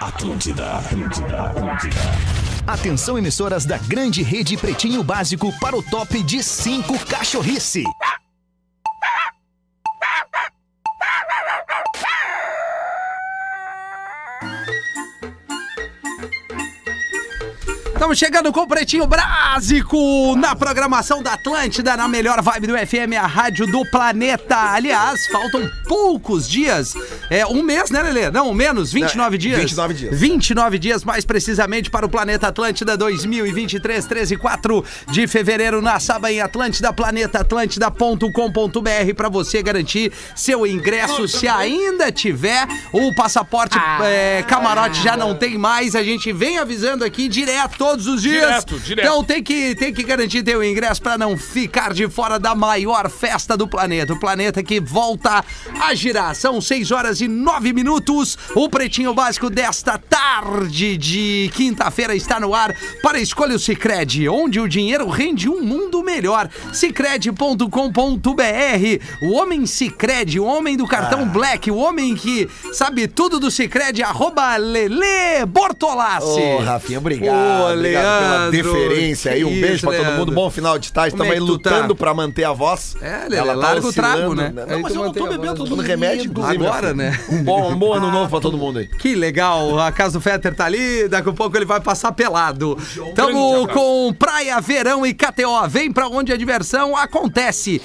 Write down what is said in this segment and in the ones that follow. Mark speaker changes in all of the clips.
Speaker 1: Atlântida, Atlântida, Atlântida.
Speaker 2: Atenção, emissoras da grande rede Pretinho Básico para o top de 5 cachorrice.
Speaker 3: Estamos chegando com o Pretinho Básico na programação da Atlântida, na melhor vibe do FM, a rádio do planeta. Aliás, faltam poucos dias, é um mês, né, Lelê? Não, menos, 29
Speaker 4: É,
Speaker 3: dias.
Speaker 4: 29 dias.
Speaker 3: 29 dias, mais precisamente, para o Planeta Atlântida 2023, 13 e 4 de fevereiro, na Saba em Atlântida, planetaatlântida.com.br, para você garantir seu ingresso. Se
Speaker 5: tá
Speaker 3: ainda tiver o passaporte
Speaker 5: Ah.
Speaker 3: é, camarote já não tem mais, a gente vem avisando aqui direto todos os dias.
Speaker 5: Direto, direto.
Speaker 3: Então tem que, tem que garantir teu ingresso para não ficar de fora da maior festa do planeta. O planeta que volta a girar. São 6 horas e 9 minutos. O Pretinho Básico desta tarde de quinta-feira está no ar para escolha o Cicred, onde o dinheiro rende um mundo melhor. Cicred.com.br. O homem Cicred, o homem do
Speaker 4: Ah.
Speaker 3: cartão Black, o homem que sabe tudo do Cicred, arroba Lele Bortolassi.
Speaker 4: Ô, Rafinha, obrigado.
Speaker 3: Ô,
Speaker 4: obrigado pela
Speaker 3: Leandro,
Speaker 4: deferência aí. Um
Speaker 3: que
Speaker 4: beijo
Speaker 3: isso,
Speaker 4: pra todo
Speaker 3: Leandro.
Speaker 4: mundo. Bom final de tarde.
Speaker 3: Como
Speaker 4: Estamos
Speaker 3: é
Speaker 4: aí
Speaker 3: que tu tá?
Speaker 4: lutando pra manter a voz.
Speaker 3: É, Lelê, larga o trago,
Speaker 4: tá oscilando.
Speaker 3: né?
Speaker 4: Não,
Speaker 3: Aí
Speaker 4: mas
Speaker 3: tu
Speaker 4: eu não
Speaker 3: mantém
Speaker 4: tô
Speaker 3: a
Speaker 4: bebendo,
Speaker 3: voz.
Speaker 4: tô tomando remédio, inclusive.
Speaker 3: Agora,
Speaker 4: minha
Speaker 3: né?
Speaker 4: filha. Um bom, um bom ano novo pra todo mundo aí.
Speaker 3: Que legal, a casa do Fetter tá ali, daqui a pouco ele vai passar pelado. Tamo
Speaker 5: abraço.
Speaker 3: com Praia, Verão e KTO. Vem pra onde a diversão acontece.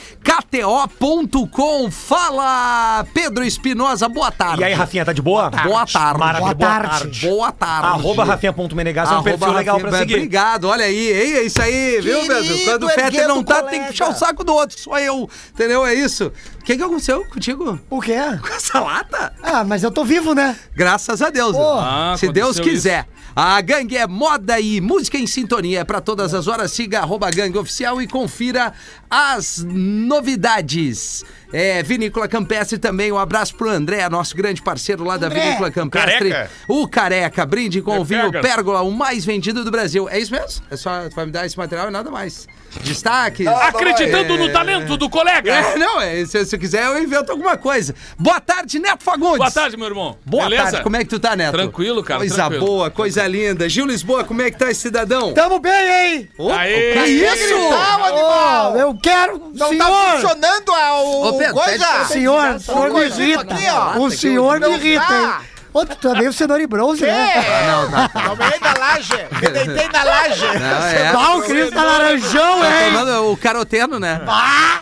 Speaker 3: KTO.com. Fala, Pedro Espinosa, boa tarde.
Speaker 6: E aí, Rafinha, tá de boa?
Speaker 3: Boa tarde. Boa
Speaker 6: Maravilha, boa
Speaker 3: tarde.
Speaker 6: tarde.
Speaker 3: Boa tarde.
Speaker 6: Arroba Rafinha.menegas é um perfil
Speaker 3: Arroba
Speaker 6: legal
Speaker 3: Rafinha-
Speaker 6: pra seguir.
Speaker 3: Obrigado, olha aí. É isso aí, viu,
Speaker 4: Querido
Speaker 3: Pedro? Quando o Fetter
Speaker 4: Erguedo
Speaker 3: não tá,
Speaker 4: colega.
Speaker 3: tem que puxar o saco do outro. Só eu. Entendeu? É isso. O que, que aconteceu contigo?
Speaker 7: O quê?
Speaker 3: Com essa lata?
Speaker 7: Ah, mas eu tô vivo, né?
Speaker 3: Graças a Deus. né?
Speaker 5: Ah,
Speaker 3: Se Deus
Speaker 5: aconteceu
Speaker 3: quiser. A Gangue é moda e música em sintonia. Para todas as horas, siga arroba Gangue Oficial e confira as novidades. É, Vinícola Campestre também, um abraço pro André, nosso grande parceiro lá da
Speaker 7: André.
Speaker 3: Vinícola Campestre.
Speaker 5: Careca. É
Speaker 3: O Careca, brinde com o vinho
Speaker 5: Pegas.
Speaker 3: Pérgola, o mais vendido do Brasil. É isso mesmo? É só, tu vai me dar esse material e nada mais. Destaques.
Speaker 5: Acreditando no talento do colega.
Speaker 3: É, não, é, se, se quiser eu invento alguma coisa. Boa tarde, Neto Fagundes.
Speaker 5: Boa tarde, meu irmão.
Speaker 3: Boa
Speaker 5: Beleza?
Speaker 3: tarde, como é que tu tá, Neto?
Speaker 5: Tranquilo, cara,
Speaker 3: Coisa
Speaker 5: tranquilo.
Speaker 3: boa, coisa linda. Gil Lisboa, como é que tá esse cidadão?
Speaker 7: Tamo bem, hein?
Speaker 3: Ô,
Speaker 5: Aê,
Speaker 3: que
Speaker 5: aê,
Speaker 3: isso?
Speaker 4: Tá, o animal!
Speaker 7: Ô, eu quero, um
Speaker 4: Não
Speaker 7: senhor,
Speaker 4: tá funcionando a, o,
Speaker 3: Ô, Pedro, pede pra
Speaker 4: coisa?
Speaker 3: você
Speaker 7: senhor, o senhor me
Speaker 4: coisa
Speaker 7: irrita.
Speaker 4: aqui, ó.
Speaker 7: O senhor me
Speaker 4: Não
Speaker 7: irrita,
Speaker 4: dá.
Speaker 7: hein? Ô, tu também o cenoura e bronze, né?
Speaker 4: Não, Tomei na laje. Me deitei na laje.
Speaker 3: Não, é.
Speaker 7: Ah, o Cris tá laranjão,
Speaker 3: Tá
Speaker 7: hein?
Speaker 3: tomando o caroteno, né?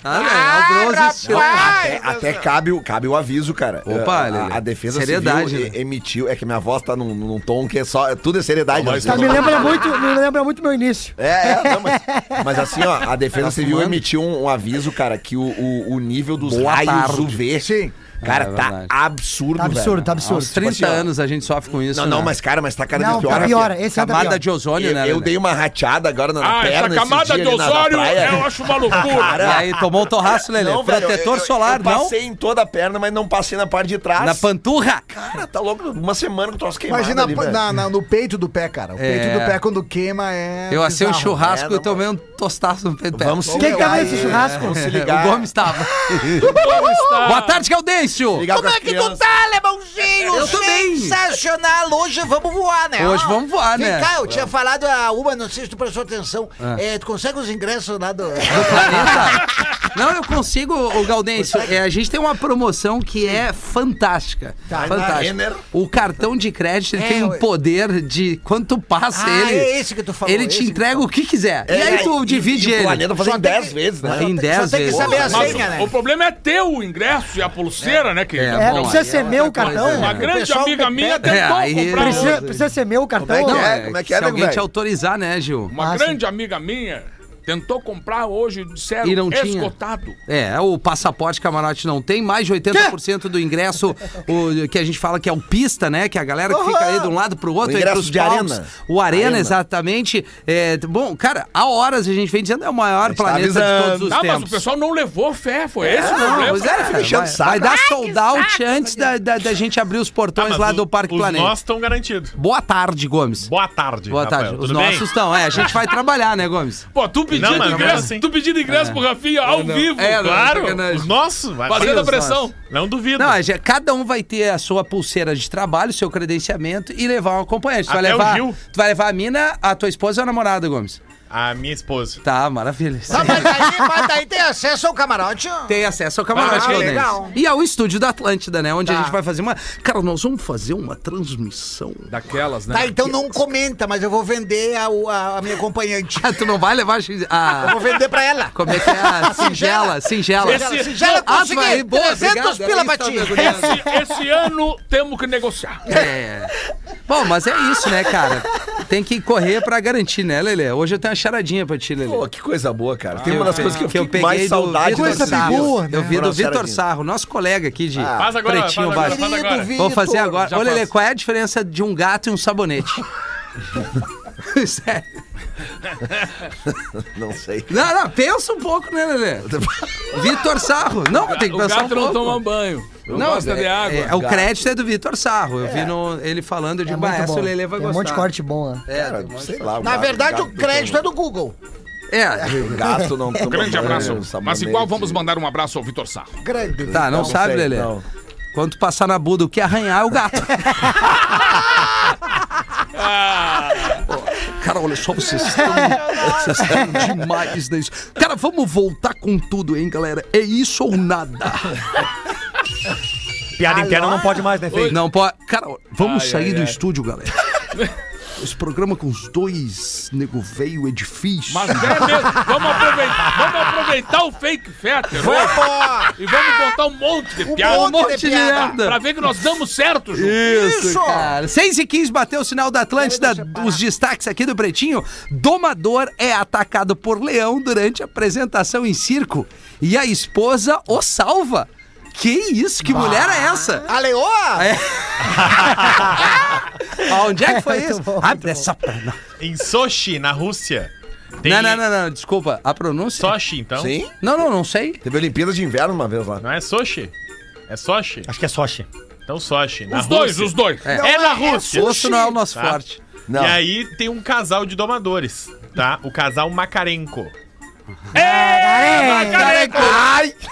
Speaker 3: Ah, né? É o bronze estilo.
Speaker 4: Até, até cabe, o- cabe o aviso, cara.
Speaker 3: Opa,
Speaker 4: a,
Speaker 3: Lelê.
Speaker 4: a, a defesa
Speaker 3: Seriedade,
Speaker 4: civil
Speaker 3: né?
Speaker 4: e- emitiu. É que minha voz tá num, num tom que é só. é- Tudo é seriedade.
Speaker 5: Não,
Speaker 4: né?
Speaker 5: mas
Speaker 7: Tá, me lembra muito, me lembra muito meu início.
Speaker 4: É, é não, mas, mas assim, ó, a Defesa Civil
Speaker 3: fumando?
Speaker 4: emitiu um, um aviso, cara, que o, o, o nível dos
Speaker 3: Boa
Speaker 4: raios
Speaker 3: tarde.
Speaker 4: UV, cara,
Speaker 3: É
Speaker 4: tá
Speaker 3: verdade.
Speaker 4: absurdo,
Speaker 7: Tá absurdo,
Speaker 4: velho.
Speaker 7: tá absurdo.
Speaker 5: tipo
Speaker 3: Uns 30
Speaker 4: assim, ó.
Speaker 3: anos a gente sofre com isso.
Speaker 4: Não, não,
Speaker 3: né?
Speaker 4: mas cara, mas tá cada
Speaker 7: Não,
Speaker 4: vez pior.
Speaker 7: tá pior,
Speaker 4: Rafinha.
Speaker 7: esse é o da
Speaker 3: Camada
Speaker 7: pior.
Speaker 3: de ozônio,
Speaker 4: Eu,
Speaker 3: né?
Speaker 4: eu
Speaker 3: Lelê?
Speaker 4: dei um uma rateada agora na, na
Speaker 5: Ah,
Speaker 4: perna
Speaker 5: essa
Speaker 4: esse
Speaker 5: camada
Speaker 4: dia
Speaker 5: de
Speaker 4: ali na- na
Speaker 5: osório
Speaker 4: praia.
Speaker 5: eu acho uma loucura.
Speaker 3: E aí, tomou o torraço, Lelê.
Speaker 4: velho,
Speaker 3: Protetor
Speaker 4: eu- eu-
Speaker 3: solar,
Speaker 4: eu
Speaker 3: não?
Speaker 4: passei em toda a perna, mas não passei na parte de trás.
Speaker 3: Na panturra.
Speaker 4: Cara, tá louco, uma semana que o troço queimado
Speaker 8: Imagina
Speaker 4: ali,
Speaker 8: na-
Speaker 4: velho.
Speaker 8: na-
Speaker 6: né,
Speaker 8: na- no peito do pé, cara. O peito
Speaker 3: É.
Speaker 8: do pé quando queima é.
Speaker 3: Eu assei um
Speaker 8: bizarro.
Speaker 3: churrasco
Speaker 4: É,
Speaker 6: então
Speaker 3: e tomei um tostaço no pé do pé.
Speaker 4: Vamos se
Speaker 7: Quem que tava
Speaker 4: ligar
Speaker 7: nesse
Speaker 4: aí,
Speaker 7: churrasco?
Speaker 4: Vamos se
Speaker 3: É, O
Speaker 4: ligar.
Speaker 3: Gomes estava. Boa tarde, Gaudêncio.
Speaker 4: Ligar Como é que tu tá?
Speaker 9: Ah, Lemãozinho!
Speaker 3: Eu também.
Speaker 9: Sensacional! Hoje vamos voar, né?
Speaker 3: Hoje vamos voar,
Speaker 9: Vem
Speaker 3: né? Ah.
Speaker 9: cá, eu tinha falado a uma, não sei se tu prestou atenção. É, tu consegue os ingressos lá do.
Speaker 3: planeta. Não, eu consigo, o Gaudêncio. É, a gente tem uma promoção que é fantástica.
Speaker 9: Tá.
Speaker 4: na
Speaker 3: fantástica.
Speaker 4: Renner.
Speaker 3: O cartão de crédito ele tem um poder de quando tu passa
Speaker 9: É, Ah,
Speaker 3: ele.
Speaker 9: é esse que tu falou, É,
Speaker 3: Ele
Speaker 9: esse
Speaker 3: te
Speaker 9: que tu
Speaker 3: entrega o que quiser. e aí tu divide
Speaker 4: e
Speaker 3: ele.
Speaker 4: O planeta fazendo 10 vezes, né?
Speaker 3: Em 10
Speaker 9: tem que
Speaker 3: vezes.
Speaker 9: saber a
Speaker 5: Mas
Speaker 9: senha, né?
Speaker 5: o problema é ter o ingresso e a pulseira, né, que
Speaker 3: É,
Speaker 7: É,
Speaker 3: bom,
Speaker 7: precisa
Speaker 3: aí é
Speaker 7: ser meu o
Speaker 3: outra coisa,
Speaker 7: cartão.
Speaker 3: né?
Speaker 5: Uma grande
Speaker 9: pessoal
Speaker 5: amiga
Speaker 9: que
Speaker 5: minha
Speaker 3: pede.
Speaker 5: tentou
Speaker 3: É, aí-
Speaker 5: comprar
Speaker 3: Precisa-
Speaker 5: outra.
Speaker 7: Precisa, precisa ser meu o cartão.
Speaker 4: Como
Speaker 3: Não,
Speaker 4: é que
Speaker 3: é,
Speaker 4: Como é que é,
Speaker 3: se
Speaker 4: nego
Speaker 3: alguém te
Speaker 4: velho?
Speaker 3: autorizar, né, Gil?
Speaker 5: Uma
Speaker 7: Ah,
Speaker 5: grande amiga minha tentou comprar hoje, disseram,
Speaker 3: E não tinha.
Speaker 5: esgotado.
Speaker 3: É, o passaporte camarote não tem, mais de 80% do ingresso, o, que a gente fala que é o pista, né? Que a galera que fica aí de um lado pro outro,
Speaker 4: O
Speaker 3: aí
Speaker 4: ingresso
Speaker 3: pros
Speaker 4: de
Speaker 3: palcos.
Speaker 4: arena.
Speaker 3: O arena,
Speaker 4: Arena.
Speaker 3: exatamente. É, bom, cara, há horas a gente vem dizendo é o maior
Speaker 4: gente tá
Speaker 3: planeta de todos
Speaker 4: avisando.
Speaker 3: os
Speaker 5: Ah, mas o
Speaker 3: tempos.
Speaker 5: pessoal tá não levou fé, foi esse o
Speaker 3: Não,
Speaker 5: problema.
Speaker 3: pois é,
Speaker 4: fica enchendo
Speaker 3: vai,
Speaker 4: saco.
Speaker 3: vai dar sold out antes da, da- da gente abrir os
Speaker 10: Ah, Tá,
Speaker 3: portões lá do Parque
Speaker 11: os
Speaker 3: Planeta.
Speaker 11: nossos estão garantidos.
Speaker 3: Boa tarde, Gomes.
Speaker 11: Boa tarde.
Speaker 3: Boa
Speaker 11: Rafael.
Speaker 3: tarde. Os
Speaker 11: Tudo bem?
Speaker 3: nossos estão, é, a gente vai trabalhar, né, Gomes?
Speaker 5: Pô, tu pedindo
Speaker 10: Não, mas não é
Speaker 5: ingresso,
Speaker 10: assim.
Speaker 5: tu pedindo ingresso pro Rafinha ao vivo,
Speaker 3: É, não,
Speaker 5: claro.
Speaker 3: sacanagem.
Speaker 10: Os nossos, vai
Speaker 5: Fazendo a pressão.
Speaker 10: Não duvido.
Speaker 3: Não, é, já- cada um vai ter a sua pulseira de trabalho, seu credenciamento e levar um acompanhante. Tu vai,
Speaker 10: Até o
Speaker 3: levar,
Speaker 10: Gil.
Speaker 3: tu vai levar a mina, a tua esposa ou a namorada, Gomes?
Speaker 10: A minha esposa.
Speaker 3: Tá, maravilha.
Speaker 9: Tá, mas daí, mas daí tem acesso ao camarote.
Speaker 3: Tem acesso ao camarote,
Speaker 9: Ah,
Speaker 3: Claudete.
Speaker 9: legal.
Speaker 3: E ao estúdio da Atlântida, né? Onde a
Speaker 9: Tá.
Speaker 3: gente vai fazer uma. Cara, nós vamos fazer uma transmissão.
Speaker 12: Daquelas, né?
Speaker 9: Tá, então não comenta, mas eu vou vender a, a- a minha acompanhante.
Speaker 3: Ah, tu não vai levar a. X-
Speaker 9: Eu vou
Speaker 3: a
Speaker 9: vender pra ela.
Speaker 3: como é que é? A singela, singela.
Speaker 9: Singela, singela,
Speaker 3: Ah,
Speaker 9: consegui.
Speaker 3: vai, boa,
Speaker 9: 300
Speaker 3: obrigado.
Speaker 9: pila
Speaker 3: Aí
Speaker 9: pra
Speaker 3: tá
Speaker 9: ti.
Speaker 3: mergulhando.
Speaker 5: Esse, esse ano temos que negociar.
Speaker 3: É. Bom, mas é isso, né, cara? Tem que correr pra garantir, né, Lelê? Hoje eu tenho uma charadinha pra ti, Lelê.
Speaker 4: Pô, que coisa boa, cara. Tem uma das coisas que eu,
Speaker 3: Ah, eu
Speaker 4: fico
Speaker 3: peguei
Speaker 4: mais
Speaker 3: do
Speaker 4: saudade
Speaker 3: Vitor
Speaker 4: desses
Speaker 3: Sarro.
Speaker 4: dias.
Speaker 13: né?
Speaker 3: Eu vi do
Speaker 4: Nossa,
Speaker 3: Vitor
Speaker 4: charadinha.
Speaker 3: Sarro, nosso colega aqui de
Speaker 5: Ah.
Speaker 10: Faz agora,
Speaker 3: Pretinho
Speaker 10: faz agora,
Speaker 3: Básico.
Speaker 10: faz agora.
Speaker 3: Vou fazer agora. Ô, Lelê, qual é a diferença de um gato e um sabonete? Sério.
Speaker 4: Não sei.
Speaker 3: Não, não, pensa um pouco, né, Lelê? Vitor Sarro. Não, tem que
Speaker 5: O
Speaker 3: pensar um
Speaker 5: gato
Speaker 3: pouco.
Speaker 5: não toma banho. Não, gosta
Speaker 3: é-
Speaker 5: de água.
Speaker 3: é, o crédito é do Vitor Sarro. Eu vi
Speaker 4: É.
Speaker 3: no- ele falando, eu
Speaker 13: É
Speaker 3: digo,
Speaker 13: muito
Speaker 3: "Bah, essa
Speaker 13: bom.
Speaker 3: o Lelê vai
Speaker 13: Tem um
Speaker 3: gostar.
Speaker 13: monte de corte bom lá.
Speaker 3: É,
Speaker 4: Cara, sei lá. o
Speaker 9: Na
Speaker 4: gato-
Speaker 9: verdade, o
Speaker 4: gato-
Speaker 9: crédito é do Google.
Speaker 3: É,
Speaker 4: O gato não
Speaker 5: Um
Speaker 4: toma
Speaker 12: Um Grande
Speaker 4: banho,
Speaker 12: abraço. Mas
Speaker 4: sabonete.
Speaker 12: igual vamos mandar um abraço ao Vitor Sarro.
Speaker 9: Grande.
Speaker 3: tá, não,
Speaker 4: Não
Speaker 3: sabe,
Speaker 4: sei,
Speaker 3: Lelê?
Speaker 4: não.
Speaker 3: Quando tu passar na Buda, o que arranhar é o gato.
Speaker 5: Ah.
Speaker 3: Pô, Cara, olha só, vocês estão, vocês estão demais nisso. Cara, vamos voltar com tudo, hein, galera? É isso ou nada?
Speaker 14: Piada interna não pode mais, né, Fê?
Speaker 3: Não pode. Cara, vamos
Speaker 5: Ai,
Speaker 3: sair
Speaker 5: ai,
Speaker 3: do
Speaker 5: ai.
Speaker 3: estúdio, galera. Esse programa com os dois nego veio é difícil.
Speaker 5: Mas é mesmo. Vamos aproveitar, vamos aproveitar o fake fetter.
Speaker 9: Vamos!
Speaker 5: E vamos contar um monte de piada.
Speaker 9: monte de piada.
Speaker 5: Pra ver que nós damos certo, Ju.
Speaker 3: Isso,
Speaker 9: Isso!
Speaker 3: cara. 6 e 15 bateu o sinal da Atlântida. Os destaques aqui do Pretinho. Domador é atacado por leão durante apresentação em circo. E a esposa o salva. Que isso? Que mulher é essa?
Speaker 9: A leoa?
Speaker 3: É. Onde é que foi
Speaker 13: Muito
Speaker 3: isso?
Speaker 13: bom, muito
Speaker 3: Abre essa perna.
Speaker 10: Em Sochi, na Rússia. Tem
Speaker 3: Não, não, não, não, desculpa. A pronúncia?
Speaker 10: Sochi, então?
Speaker 4: Sim?
Speaker 3: Não, não, não sei.
Speaker 4: Teve Olimpíada de Inverno uma vez lá.
Speaker 10: Não é Sochi? É Sochi?
Speaker 14: Acho que é Sochi.
Speaker 10: Então Sochi. na
Speaker 5: Os dois,
Speaker 10: Rússia.
Speaker 5: os dois.
Speaker 10: É, na Rússia.
Speaker 3: Osso não é o nosso
Speaker 10: Tá.
Speaker 3: forte.
Speaker 4: Não.
Speaker 10: E aí tem um casal de domadores, tá? O casal Makarenko.
Speaker 3: Careca!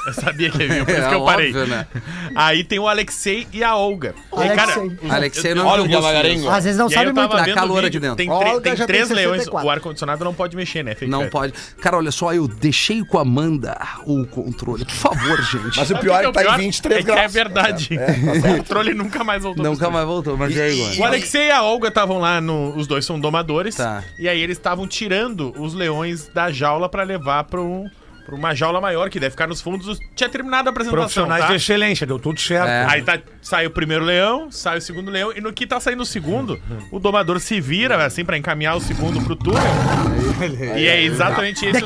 Speaker 10: Eu sabia que ia vir, É,
Speaker 3: Ah,
Speaker 10: por
Speaker 3: É,
Speaker 10: isso que eu parei.
Speaker 3: óbvio, né?
Speaker 10: Aí tem o Alexei e a Olga. E,
Speaker 13: Alexei.
Speaker 10: cara,
Speaker 3: Alexei não
Speaker 10: Olha
Speaker 3: viu
Speaker 10: o
Speaker 3: o rosto
Speaker 10: Galagarengo.
Speaker 3: mesmo.
Speaker 13: Às vezes não
Speaker 10: e aí
Speaker 13: sabe
Speaker 10: eu tava
Speaker 13: muito, né?
Speaker 10: vendo
Speaker 3: Calor
Speaker 10: o vídeo,
Speaker 3: aqui dentro.
Speaker 10: Tem,
Speaker 9: Olga
Speaker 10: tre- tem
Speaker 9: já tem
Speaker 10: três leões.
Speaker 9: 64.
Speaker 10: O ar-condicionado não pode mexer, né? Felipe?
Speaker 3: Não pode. Cara, olha só, eu deixei com a Amanda o controle. Por favor, gente.
Speaker 4: Mas o
Speaker 10: Sabe
Speaker 4: pior é
Speaker 10: o
Speaker 4: que tá
Speaker 10: pior?
Speaker 4: em 23
Speaker 10: é que É
Speaker 4: graus. É.
Speaker 10: verdade. o controle nunca mais voltou.
Speaker 3: Não,
Speaker 10: pros
Speaker 3: calma, voltou. Mas e aí,
Speaker 10: dois.
Speaker 3: agora?
Speaker 10: O Alexei e a Olga estavam lá, no, os dois são domadores.
Speaker 3: Tá.
Speaker 10: E aí eles estavam tirando os leões da jaula pra levar pra, um, pra uma jaula maior, que deve ficar nos fundos. dos- Tinha terminado a apresentação.
Speaker 14: Profissionais
Speaker 10: tá?
Speaker 14: de excelência, deu tudo certo.
Speaker 3: É.
Speaker 10: Aí tá, sai o primeiro leão, sai o segundo leão, e no que tá saindo o segundo, o domador se vira, assim, pra encaminhar o segundo pro túnel. E é exatamente isso.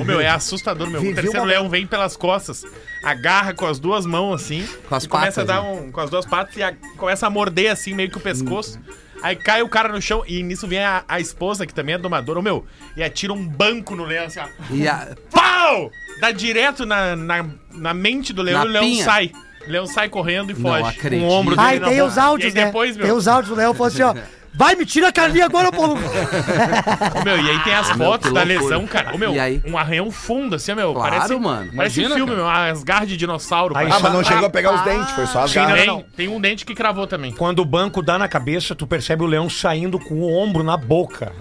Speaker 10: O meu, é assustador, meu. O terceiro leão vem pelas costas, agarra com as duas mãos, assim,
Speaker 3: Com as
Speaker 10: e começa
Speaker 3: patas, né?
Speaker 10: a dar um. Com as duas patas e a- começa a morder, assim, meio que o pescoço. Aí cai o cara no chão e nisso vem a, a esposa, que também é domadora, ô meu, e atira um banco no leão, assim, ó.
Speaker 3: E a-
Speaker 10: Pau! Dá direto na, na, na mente do leão
Speaker 3: Na
Speaker 10: e o leão
Speaker 3: pinha.
Speaker 10: sai. O leão sai correndo e
Speaker 3: Não
Speaker 10: foge.
Speaker 3: acredito.
Speaker 10: Com o ombro
Speaker 13: Ah,
Speaker 10: dele
Speaker 13: e
Speaker 10: na
Speaker 13: tem
Speaker 10: mão.
Speaker 13: os áudios,
Speaker 10: e aí
Speaker 13: né?
Speaker 10: depois,
Speaker 13: Tem
Speaker 10: meu,
Speaker 13: os áudios, o Léo falou assim, ó. Vai, me tira a carninha agora, Paulo.
Speaker 10: meu, e aí tem as fotos
Speaker 3: Ah, que loucura.
Speaker 10: da lesão, cara. Ô, meu,
Speaker 3: E aí?
Speaker 10: um arranhão fundo, assim, ó, meu.
Speaker 3: Claro,
Speaker 10: parece,
Speaker 3: mano.
Speaker 10: Parece
Speaker 5: Imagina,
Speaker 10: filme, meu. As garras de dinossauro.
Speaker 14: Aí
Speaker 4: Ah,
Speaker 10: parece.
Speaker 4: mas não chegou a pegar os dentes, foi só as
Speaker 10: Tem-
Speaker 4: garras.
Speaker 10: tem, tem um dente que cravou também.
Speaker 14: Quando o banco dá na cabeça, tu percebe o leão saindo com o ombro na boca.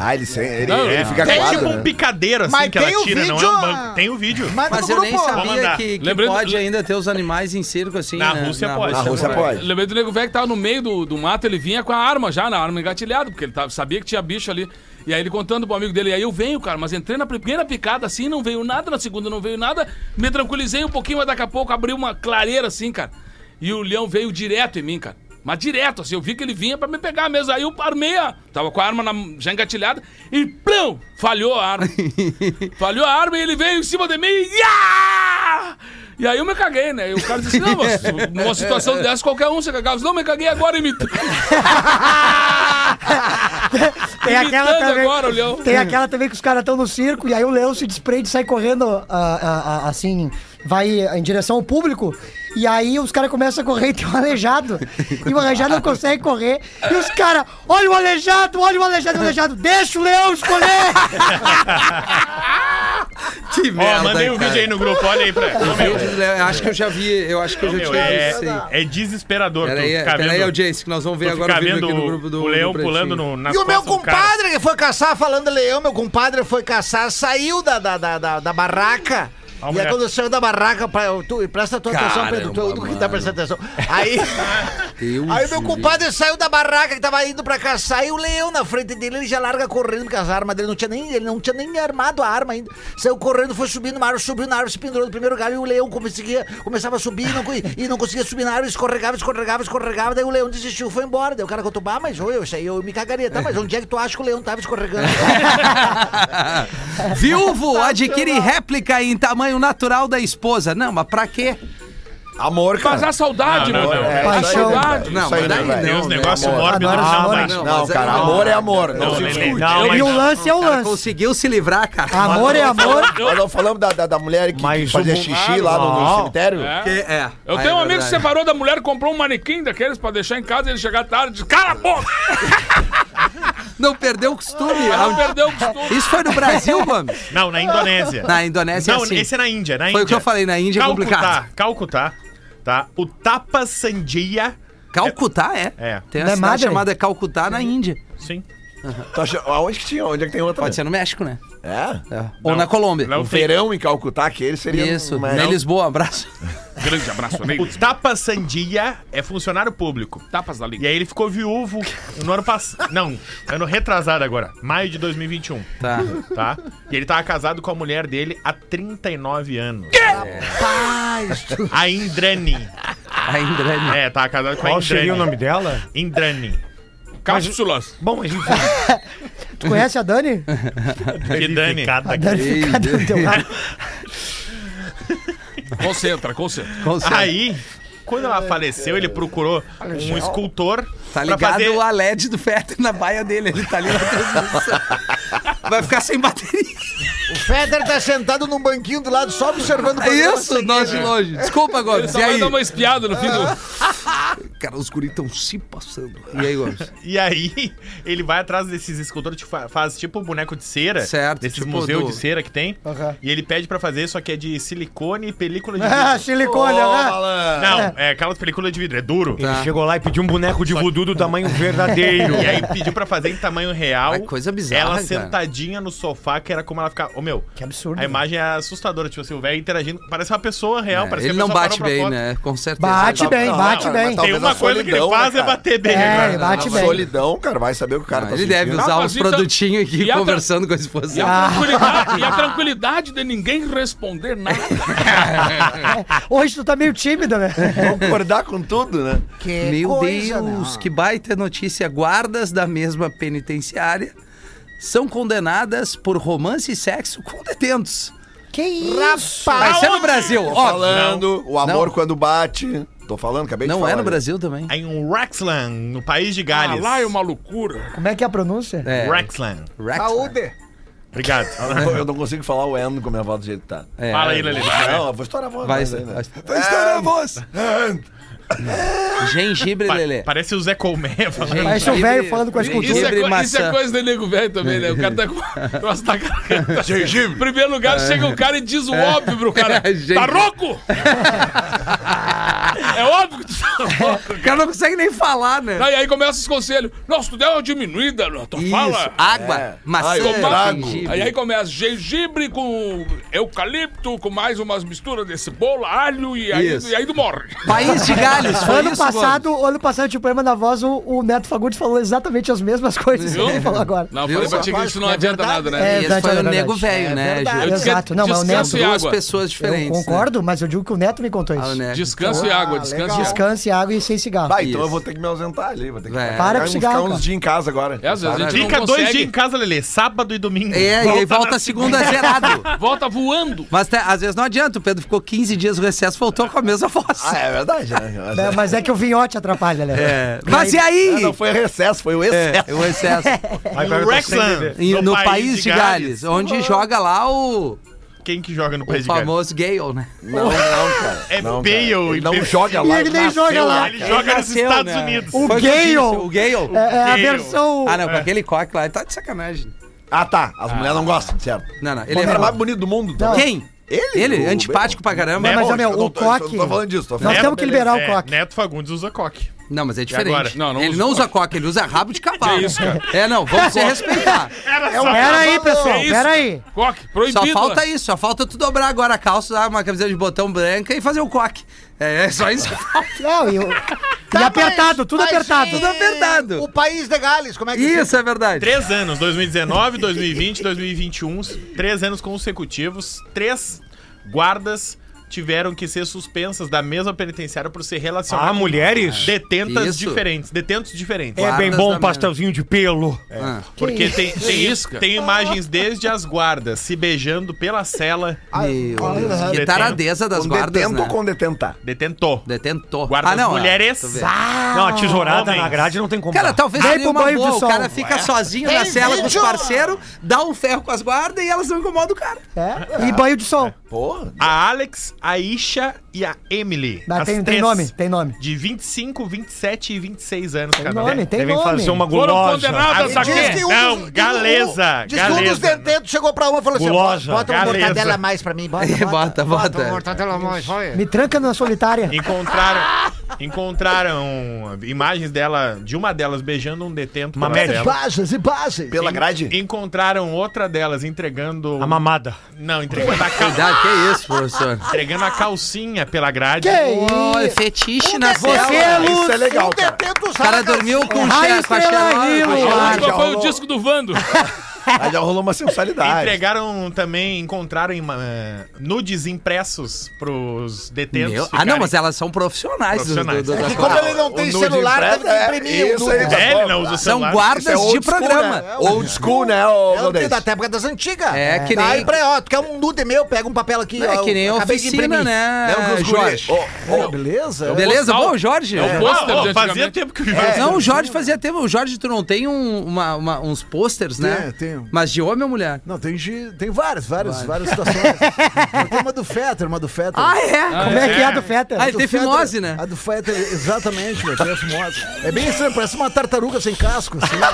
Speaker 4: Ah, ele, sem- ele,
Speaker 10: Não,
Speaker 4: ele
Speaker 10: é.
Speaker 4: fica
Speaker 10: É tipo
Speaker 4: quadro,
Speaker 10: um
Speaker 4: né?
Speaker 10: picadeiro, assim,
Speaker 9: Mas
Speaker 10: que ela
Speaker 9: tem o
Speaker 10: tira, não é
Speaker 9: vídeo,
Speaker 10: um
Speaker 9: ah.
Speaker 10: banco. Tem o vídeo.
Speaker 9: Manda
Speaker 3: Mas
Speaker 9: pro
Speaker 3: eu nem
Speaker 9: grupo.
Speaker 10: Vamos
Speaker 3: sabia
Speaker 10: mandar.
Speaker 3: que, que
Speaker 5: Lembrando-
Speaker 3: pode ainda ter os animais em circo assim.
Speaker 10: Na
Speaker 3: né?
Speaker 10: Rússia pode.
Speaker 4: Na Rússia pode.
Speaker 5: Lembrei do nego velho que tava no meio do, do mato, ele vinha com a arma já, na arma engatilhada, porque ele tava, sabia que tinha bicho ali. E aí ele contando pro amigo dele, e aí eu venho, cara, mas entrei na primeira picada assim, não veio nada, na segunda não veio nada, me tranquilizei um pouquinho, mas daqui a pouco abriu uma clareira assim, cara. E o leão veio direto em mim, cara. Mas direto, assim, eu vi que ele vinha pra me pegar mesmo. Aí eu armei a. Tava com a arma na- já engatilhada e plum! Falhou a arma. falhou a arma e ele veio em cima de mim e. Ah! E aí eu me caguei, né? E o cara disse, não, mas numa situação dessa, qualquer um se cagava. Eu disse, Não, me caguei agora e me...
Speaker 13: Tem aquela
Speaker 5: Imitando
Speaker 13: também.
Speaker 5: agora o leão.
Speaker 13: Tem aquela também que os caras estão no circo e aí o leão se desprende, sai correndo ah, ah, ah, assim, vai em direção ao público.
Speaker 7: E aí os caras começam a correr e tem um aleijado. E o aleijado não consegue correr. E os caras, olha o aleijado, olha o aleijado, o aleijado, deixa o leão escolher!
Speaker 3: Que
Speaker 10: Ó, mandei um vídeo aí no grupo, olha aí pra. Ô, meu,
Speaker 3: Eu acho que eu já vi, eu acho que eu já
Speaker 10: meu,
Speaker 3: tinha
Speaker 10: é,
Speaker 3: visto. isso aí.
Speaker 10: é desesperador. tu
Speaker 3: Peraí, é,
Speaker 10: ficar
Speaker 3: peraí,
Speaker 10: vendo-
Speaker 3: audiência, que nós vamos ver
Speaker 10: tu
Speaker 3: agora
Speaker 10: ficar
Speaker 3: o vídeo
Speaker 10: vendo
Speaker 3: aqui no grupo do
Speaker 10: o leão
Speaker 3: do
Speaker 10: pulando
Speaker 3: Pretinho.
Speaker 10: no, nas
Speaker 9: E o meu
Speaker 10: costas do cara.
Speaker 9: compadre que foi caçar, falando leão, meu compadre foi caçar, saiu da, da, da, da, da barraca. e
Speaker 10: Ó,
Speaker 9: aí
Speaker 10: mulher.
Speaker 9: quando saiu da barraca, pra, tu, e presta tua atenção, Pedro, tu, tu que tá
Speaker 3: mano.
Speaker 9: prestando atenção. Aí,
Speaker 3: Deus
Speaker 9: aí meu
Speaker 3: me
Speaker 9: compadre saiu da barraca que tava indo pra caçar e o leão na frente dele, ele já larga correndo com as armas dele, não tinha nem, ele não tinha nem armado a arma ainda. Saiu correndo, foi subindo na árvore, subiu na árvore, se pendurou no primeiro galho e o leão conseguia, começava a subir e não, co- e não conseguia subir na árvore, escorregava, escorregava, escorregava, daí o leão desistiu, foi embora. Daí o cara contou, ah, mas ô, eu, sei, eu me cagaria, tá, mas onde é que tu acha que o leão tava escorregando?
Speaker 7: Tá,
Speaker 3: Viúvo adquire réplica em tamanho natural da esposa. Não, mas pra quê?
Speaker 4: Amor, cara.
Speaker 5: Mas a saudade,
Speaker 10: Não, não,
Speaker 5: mano.
Speaker 10: não.
Speaker 4: É,
Speaker 5: A
Speaker 4: isso aí não,
Speaker 5: saudade.
Speaker 4: velho.
Speaker 3: Não,
Speaker 4: Isso aí
Speaker 3: mas daí
Speaker 4: velho.
Speaker 10: Tem uns
Speaker 3: Não,
Speaker 10: negócios
Speaker 3: amor.
Speaker 10: mórbidos
Speaker 7: Agora
Speaker 10: ah,
Speaker 7: já
Speaker 10: mas-
Speaker 7: mora-
Speaker 4: Não,
Speaker 3: mas é-
Speaker 4: cara,
Speaker 3: não,
Speaker 4: amor é amor.
Speaker 10: Não,
Speaker 4: Não se
Speaker 10: Lelê,
Speaker 4: discute.
Speaker 10: não,
Speaker 7: E o
Speaker 3: um
Speaker 10: mas-
Speaker 7: lance é o
Speaker 3: O cara
Speaker 7: lance.
Speaker 3: conseguiu se livrar, cara.
Speaker 7: Amor é amor.
Speaker 4: Nós não falamos da, da, da mulher que, que
Speaker 6: Mas
Speaker 4: fazia
Speaker 6: o-
Speaker 4: xixi lá no, no
Speaker 6: Não.
Speaker 4: cemitério?
Speaker 3: Que-
Speaker 11: É.
Speaker 3: é.
Speaker 11: Eu
Speaker 3: Ah,
Speaker 11: tenho um amigo
Speaker 3: é
Speaker 11: que
Speaker 3: verdade.
Speaker 11: separou da mulher, comprou um manequim daqueles pra deixar em casa, ele chegar tarde e disse, cala a boca!
Speaker 3: Não perdeu o costume. é um
Speaker 11: Ela
Speaker 3: Aonde-
Speaker 11: perdeu o costume.
Speaker 3: Isso foi no Brasil, Gomes?
Speaker 10: Não, na Indonésia.
Speaker 3: Na Indonésia é
Speaker 10: Não,
Speaker 3: assim.
Speaker 10: esse é na Índia, na
Speaker 3: Foi o
Speaker 10: Índia.
Speaker 3: que eu falei, na Índia é complicado.
Speaker 10: Calcutá, tá? O tapa sandia.
Speaker 3: Calcutá é.
Speaker 10: É.
Speaker 3: Tem
Speaker 7: Não
Speaker 3: uma
Speaker 7: é
Speaker 3: cidade
Speaker 7: Madre?
Speaker 3: chamada Calcutá na Índia.
Speaker 10: Sim.
Speaker 4: Tu acha- Aonde que tinha? Onde é que tem outra?
Speaker 3: Pode ser no México, né?
Speaker 4: É?
Speaker 3: É. Ou na Colômbia.
Speaker 10: Não
Speaker 4: O
Speaker 10: tem.
Speaker 4: verão em Calcutá, aquele seria... um
Speaker 3: Isso, né,
Speaker 4: mas-
Speaker 3: na Lisboa, abraço.
Speaker 11: Grande abraço,
Speaker 10: O
Speaker 11: amigo.
Speaker 10: tapa sandia é funcionário público.
Speaker 11: Tapas da
Speaker 10: E
Speaker 11: língua.
Speaker 10: aí ele ficou viúvo no ano passado. Não, ano retrasado agora. Maio de 2021,
Speaker 3: Tá.
Speaker 10: tá? E ele tava casado com a mulher dele há 39 anos.
Speaker 9: Rapaz,
Speaker 10: A Indrani.
Speaker 3: A né? Tá Indrani.
Speaker 10: É, tava casado com a
Speaker 4: um
Speaker 6: Qual
Speaker 10: Indrani.
Speaker 6: seria o nome dela?
Speaker 10: Indrani.
Speaker 11: Cápsulas.
Speaker 6: Bom, mas enfim.
Speaker 7: Tu conhece a Dani?
Speaker 10: Que Dani.
Speaker 6: A
Speaker 7: Dani fica do teu lado.
Speaker 11: Concentra, concentra.
Speaker 10: Aí, quando ela faleceu, ele procurou um escultor
Speaker 3: Tá
Speaker 10: pra
Speaker 3: ligado
Speaker 10: fazer...
Speaker 3: a LED do Fetter na baia dele, ele tá ali na transmissão. Vai ficar sem bateria.
Speaker 9: o Feder tá sentado num banquinho do lado só observando o
Speaker 3: É
Speaker 9: programa.
Speaker 3: isso, nós de longe. Desculpa,
Speaker 11: Ele
Speaker 3: Gomes.
Speaker 11: só
Speaker 3: E
Speaker 11: vai
Speaker 3: aí?
Speaker 11: dar uma espiada no fim do...
Speaker 3: Cara, os guris estão se passando. É, E aí, Gomes?
Speaker 10: E aí, ele vai atrás desses escultores, tipo, fa- faz tipo um boneco de cera.
Speaker 3: Certo,
Speaker 10: Desses
Speaker 3: tipo
Speaker 10: museus
Speaker 3: do-
Speaker 10: de cera que tem.
Speaker 7: Aham.
Speaker 10: E ele pede pra fazer, só que é de silicone e película de
Speaker 7: Ah,
Speaker 10: vidro.
Speaker 7: silicone, né?
Speaker 10: Não, é aquela película de vidro, é duro.
Speaker 6: Ele
Speaker 3: Tá.
Speaker 6: chegou lá e pediu um boneco de voodoo do tamanho verdadeiro.
Speaker 10: E aí pediu pra fazer em tamanho real.
Speaker 3: Mas coisa bizarra,
Speaker 10: Ela
Speaker 3: cara.
Speaker 10: sentadinha no sofá, que era como ela ficava. Ô meu,
Speaker 7: Que absurdo. né?
Speaker 10: a imagem é assustadora. Tipo assim, o velho interagindo. Parece uma pessoa real.
Speaker 3: É,
Speaker 10: parece
Speaker 3: ele
Speaker 10: que a
Speaker 3: não
Speaker 10: pessoa parou
Speaker 3: bate
Speaker 10: pra
Speaker 3: bem,
Speaker 10: foto.
Speaker 3: né? Com certeza.
Speaker 7: Bate
Speaker 4: Tá-
Speaker 7: bem,
Speaker 4: não,
Speaker 7: bate
Speaker 4: não,
Speaker 7: bem.
Speaker 4: mas
Speaker 10: Tem
Speaker 4: talvez
Speaker 10: uma
Speaker 4: a
Speaker 10: coisa que ele
Speaker 4: solidão,
Speaker 10: faz
Speaker 4: né,
Speaker 10: é
Speaker 4: cara?
Speaker 10: bater bem,
Speaker 7: É,
Speaker 10: né?
Speaker 7: ele bate
Speaker 4: A
Speaker 7: bem.
Speaker 4: Solidão, cara, vai saber o que o cara tá
Speaker 3: Ele deve
Speaker 4: sentindo.
Speaker 3: usar
Speaker 11: Ah, mas
Speaker 3: os
Speaker 11: então-
Speaker 3: produtinhos
Speaker 11: E
Speaker 3: aqui
Speaker 11: a tra-
Speaker 3: conversando com a
Speaker 11: E
Speaker 3: esposa.
Speaker 11: a, tranquilidade, e a tranquilidade de ninguém responder nada.
Speaker 7: Hoje tu tá meio tímida, né?
Speaker 4: Concordar com tudo, né?
Speaker 9: Que
Speaker 3: Meu
Speaker 9: coisa, né?
Speaker 7: Ah.
Speaker 3: Deus, que baita notícia. Guardas da mesma penitenciária são condenadas por romance e sexo com detentos.
Speaker 7: Que isso?
Speaker 3: Vai
Speaker 9: Rapaz,
Speaker 3: ser no Brasil,
Speaker 4: Tô
Speaker 3: ó.
Speaker 4: falando, o amor
Speaker 3: Não.
Speaker 4: quando bate. Tô falando, acabei de
Speaker 3: Não
Speaker 4: falar.
Speaker 3: é no
Speaker 4: né?
Speaker 3: Brasil também.
Speaker 10: Aí Em Rexland, no país de
Speaker 11: Ah,
Speaker 10: Gales.
Speaker 11: lá é uma loucura.
Speaker 7: Como é que é a pronúncia?
Speaker 3: É.
Speaker 10: Rexland.
Speaker 3: Rex, né?
Speaker 8: Saúde.
Speaker 10: Obrigado.
Speaker 4: Eu não- Eu não consigo falar o N com a minha voz do jeito que tá.
Speaker 3: É.
Speaker 10: Fala aí, Lelê.
Speaker 4: Não, eu vou estourar a voz.
Speaker 3: Vai,
Speaker 4: mas aí, né?
Speaker 3: vai.
Speaker 4: Vai estourar a voz.
Speaker 3: Gengibre,
Speaker 10: Pa-
Speaker 3: Lelê.
Speaker 10: Parece o Zé Colmeia falando.
Speaker 3: Gente.
Speaker 7: Parece o velho falando com a
Speaker 3: Isso
Speaker 7: escultura.
Speaker 11: Isso é,
Speaker 3: Gengibre e
Speaker 11: coi- isso é
Speaker 3: maçã.
Speaker 11: coisa do nego velho também, né? O cara tá com. Nossa, tá garganta. Em primeiro lugar,
Speaker 7: É.
Speaker 11: chega o cara e diz o óbvio pro cara.
Speaker 3: Gengibre.
Speaker 11: Tá rouco? é óbvio que tu tá rouco.
Speaker 3: O cara não consegue nem falar, né?
Speaker 11: Aí, aí começa os conselhos. Não, se tu der uma diminuída na tua
Speaker 3: Isso,
Speaker 11: fala.
Speaker 7: Ah,
Speaker 3: água,
Speaker 4: É.
Speaker 3: maçã,
Speaker 4: Ai,
Speaker 11: Toma-
Speaker 4: trago.
Speaker 3: gengibre.
Speaker 11: Aí, aí começa gengibre com eucalipto, com mais umas misturas desse bolo, alho e aí,
Speaker 3: Isso.
Speaker 11: e aí tu morre.
Speaker 3: País de Galhos, foi
Speaker 7: Ano
Speaker 3: isso,
Speaker 7: passado, ano passado, eu tinha o problema da voz, o, o Neto Fagundes falou exatamente as mesmas coisas que
Speaker 11: Viu?
Speaker 7: ele falou agora.
Speaker 11: Não, eu
Speaker 3: Viu?
Speaker 11: falei pra ti que isso não adianta nada, né?
Speaker 7: É
Speaker 3: Gomes? Esse
Speaker 7: verdade,
Speaker 3: foi
Speaker 7: é
Speaker 3: o nego
Speaker 7: verdade.
Speaker 3: velho,
Speaker 7: É
Speaker 3: né?
Speaker 7: verdade.
Speaker 3: Ju?
Speaker 11: Eu disse-
Speaker 7: Exato. Não, mas o
Speaker 11: descanso
Speaker 7: Neto...
Speaker 11: e
Speaker 3: Duas
Speaker 11: água.
Speaker 3: pessoas
Speaker 7: Eu
Speaker 3: diferentes. né?
Speaker 7: concordo, mas eu digo que o Neto me contou
Speaker 3: Ah, o
Speaker 7: isso.
Speaker 3: Neto.
Speaker 11: Descanso e água, descanso e água.
Speaker 7: Descanse, água e sem cigarro.
Speaker 4: Vai, então
Speaker 3: Isso.
Speaker 4: eu vou ter que me ausentar ali. Vou ter que
Speaker 3: Vai.
Speaker 4: ficar-
Speaker 7: Para com
Speaker 4: uns-
Speaker 7: cigarro,
Speaker 4: ficar uns
Speaker 7: cara.
Speaker 4: dias em casa agora.
Speaker 11: É, às vezes a gente
Speaker 10: Fica
Speaker 11: não
Speaker 10: dois
Speaker 11: consegue.
Speaker 10: dias em casa, Lelê. Sábado e domingo.
Speaker 3: É, e aí volta
Speaker 10: na
Speaker 3: a segunda zerado.
Speaker 11: Volta voando.
Speaker 3: Mas tá- às vezes não adianta, o Pedro ficou 15 dias no recesso, voltou com a mesma voz.
Speaker 4: Ah, é verdade. né?
Speaker 7: É, mas é que o vinhote atrapalha, né?
Speaker 3: É. Mas e
Speaker 4: Ah, Não
Speaker 3: aí?
Speaker 4: foi recesso, foi o excesso.
Speaker 3: É, o recesso.
Speaker 6: Aí vai
Speaker 10: Rexland.
Speaker 3: E no, país, de Gales, onde joga lá o
Speaker 10: quem que joga no
Speaker 3: O
Speaker 10: País de Gales?
Speaker 3: famoso Gale, né?
Speaker 4: Não, não, cara.
Speaker 10: É
Speaker 4: não, cara.
Speaker 10: Bale.
Speaker 4: Ele não
Speaker 10: Bale.
Speaker 4: joga lá.
Speaker 7: E ele nem joga lá.
Speaker 10: Ele joga nos
Speaker 3: nasceu,
Speaker 10: Estados
Speaker 3: né?
Speaker 10: Unidos.
Speaker 7: O
Speaker 3: Foi que eu disse,
Speaker 7: Gale.
Speaker 3: O Gale.
Speaker 7: É, é a
Speaker 10: Gale.
Speaker 7: versão.
Speaker 3: Ah, não, com aquele coque lá, ele tá de sacanagem.
Speaker 4: Ah, tá. As mulheres não gostam, certo?
Speaker 3: Não, não, ele
Speaker 4: Ele é o
Speaker 3: é...
Speaker 4: cara mais bonito do mundo. tá?
Speaker 3: Quem?
Speaker 4: Ele?
Speaker 3: Ele,
Speaker 4: o
Speaker 3: antipático pra caramba.
Speaker 10: Né?
Speaker 7: Mas,
Speaker 10: bom,
Speaker 7: ó, meu,
Speaker 4: Eu não
Speaker 7: o
Speaker 4: tô- eu
Speaker 7: coque.
Speaker 4: Não tô falando disso, tô falando.
Speaker 7: Nós
Speaker 10: Neto-
Speaker 7: temos que liberar o
Speaker 10: é,
Speaker 7: coque.
Speaker 10: Neto Fagundes usa coque.
Speaker 3: Não, mas é
Speaker 10: agora?
Speaker 3: diferente.
Speaker 11: Não, não
Speaker 3: ele
Speaker 11: usa
Speaker 3: não usa coque, ele usa rabo de cavalo. É isso, cara. É, não, vamos se respeitar.
Speaker 10: Era
Speaker 4: um-
Speaker 7: Pera aí,
Speaker 4: Não,
Speaker 7: pessoal,
Speaker 11: é isso.
Speaker 7: pera aí.
Speaker 11: Coque, proibido.
Speaker 3: Só falta
Speaker 11: né?
Speaker 3: isso, só falta tu dobrar agora a calça, usar uma camiseta de botão branca e fazer o coque. É, é só isso que falta.
Speaker 7: Não, e, o- e apertado, tudo apertado.
Speaker 3: Tudo apertado.
Speaker 9: O país de Gales, como é que
Speaker 3: Isso é verdade.
Speaker 10: Três anos, 2019, 2020, 2021, três anos consecutivos, três guardas tiveram que ser suspensas da mesma penitenciária por ser relacionadas
Speaker 6: Ah, mulheres?
Speaker 10: detentas
Speaker 3: Isso.
Speaker 10: diferentes, detentos diferentes.
Speaker 6: É bem
Speaker 3: Guardas
Speaker 6: bom
Speaker 3: da
Speaker 6: um pastelzinho de pelo.
Speaker 3: Ah.
Speaker 10: Porque tem, tem,
Speaker 11: isca.
Speaker 10: tem imagens desde as guardas se beijando pela cela,
Speaker 3: Meu Deus. Que taradeza das
Speaker 4: Com
Speaker 3: guardas,
Speaker 4: detento
Speaker 3: né?
Speaker 4: ou com detentar?
Speaker 10: detentou.
Speaker 3: Detentor.
Speaker 10: Guardas
Speaker 3: ah, não. é.
Speaker 10: mulheres. Ah,
Speaker 3: Tô vendo.
Speaker 6: Não, a tesourada
Speaker 10: homens.
Speaker 6: na grade não tem como.
Speaker 3: Cara,
Speaker 6: dar.
Speaker 3: talvez
Speaker 7: Vem
Speaker 3: seria
Speaker 7: pro
Speaker 3: uma
Speaker 7: banho
Speaker 3: boa.
Speaker 7: de
Speaker 3: O
Speaker 7: sol.
Speaker 3: cara fica sozinho na cela com os
Speaker 9: vídeo?
Speaker 3: parceiros, dá um ferro com as guardas e elas não incomodam o cara.
Speaker 7: É, E banho de sol.
Speaker 4: Porra.
Speaker 10: A Alex, a Isha e a Emily.
Speaker 7: Dá-
Speaker 10: as
Speaker 7: tem, tem
Speaker 10: três,
Speaker 7: nome, tem nome.
Speaker 10: De 25, 27 e 26 anos
Speaker 7: Tem
Speaker 10: cada um.
Speaker 7: nome, tem
Speaker 6: Devem
Speaker 7: nome.
Speaker 6: fazer uma
Speaker 11: Foram
Speaker 6: gulosa.
Speaker 11: condenadas a
Speaker 9: Diz
Speaker 11: quê?
Speaker 9: que um
Speaker 10: Não,
Speaker 9: dos-
Speaker 10: galesa,
Speaker 9: Diz que um dos
Speaker 10: galesa.
Speaker 9: detentos chegou pra uma e falou assim:
Speaker 6: Gulosa,
Speaker 9: bota uma
Speaker 10: galesa.
Speaker 9: mortadela a mais pra mim, bota.
Speaker 3: Bota, bota.
Speaker 9: uma mortadela a mais, olha.
Speaker 7: Me tranca na solitária.
Speaker 10: Encontraram, encontraram imagens dela, de uma delas beijando um detento.
Speaker 6: Uma
Speaker 10: pela
Speaker 6: média.
Speaker 10: tela.
Speaker 9: Bases e bases.
Speaker 4: Pela grade?
Speaker 10: Encontraram outra delas entregando.
Speaker 6: A mamada.
Speaker 10: Não, entregando a, cal-
Speaker 3: Cuidado, que isso, professor.
Speaker 10: entregando a calcinha pela grade.
Speaker 3: Olha, é fetiche
Speaker 9: um
Speaker 3: na
Speaker 7: Você
Speaker 3: cela.
Speaker 7: é
Speaker 4: Isso
Speaker 7: luz.
Speaker 4: é legal, cara.
Speaker 9: Detento
Speaker 3: O cara dormiu com o
Speaker 7: Raio
Speaker 3: chefe, é com a
Speaker 7: estrela
Speaker 3: Xerox,
Speaker 7: Hilo.
Speaker 3: com a
Speaker 11: A
Speaker 3: Xerox.
Speaker 4: Ah,
Speaker 11: última
Speaker 4: já
Speaker 11: foi o
Speaker 4: rolou.
Speaker 11: disco do Vando.
Speaker 4: Aí já rolou uma sensualidade.
Speaker 10: Entregaram também, encontraram ima- nudes impressos pros detentos.
Speaker 3: Meu- Ah,
Speaker 10: ficarem.
Speaker 3: não, mas elas são profissionais. do- do- do-
Speaker 10: Profissionais.
Speaker 3: da
Speaker 9: E como
Speaker 3: coisa.
Speaker 9: ele não tem
Speaker 4: Ah, O nude
Speaker 9: celular,
Speaker 4: impresso,
Speaker 9: teve que
Speaker 4: é,
Speaker 9: imprimir o
Speaker 4: isso
Speaker 9: nude.
Speaker 4: aí,
Speaker 9: É,
Speaker 4: tá
Speaker 10: É,
Speaker 4: bom,
Speaker 10: ele não usa
Speaker 4: cara.
Speaker 3: São
Speaker 10: celular.
Speaker 3: guardas
Speaker 4: Isso é old
Speaker 3: de
Speaker 4: school,
Speaker 3: programa.
Speaker 4: né? Old school, né, ô
Speaker 9: o nude
Speaker 4: Valdez?
Speaker 9: da época das antigas.
Speaker 3: É, que nem-
Speaker 9: Aí, pra, ó, tu quer um nude meu, pega um papel aqui.
Speaker 3: É
Speaker 9: ó,
Speaker 3: que nem
Speaker 9: eu
Speaker 3: a
Speaker 9: acabei de
Speaker 3: oficina,
Speaker 9: imprimir.
Speaker 4: Lembra É que
Speaker 3: né,
Speaker 4: os guri-
Speaker 3: Jorge?
Speaker 4: Ô, ô,
Speaker 9: é
Speaker 8: Beleza?
Speaker 3: Beleza?
Speaker 11: Postal.
Speaker 3: Bom, Jorge. É.
Speaker 11: É o
Speaker 10: Ah,
Speaker 11: pôster
Speaker 10: ó,
Speaker 11: de
Speaker 10: fazia
Speaker 11: antigamente.
Speaker 10: tempo
Speaker 7: É,
Speaker 10: que o Jorge
Speaker 3: Não, o Jorge fazia tempo. O Jorge, tu não tem um- uma- uma- uns posters, né?
Speaker 8: Tem, tem.
Speaker 3: Mas de homem ou mulher?
Speaker 8: Não, tem, gi- tem várias, várias, várias situações. Eu tenho uma do Fetter, uma do Fetter.
Speaker 3: Ah, é?
Speaker 7: Como é que é a do Feta?
Speaker 3: Ah, ele tem
Speaker 8: Fetter-
Speaker 3: fimose, né?
Speaker 8: A do Fetter, exatamente, meu, tem a fimose. É bem estranho, parece uma tartaruga sem casco, assim. né?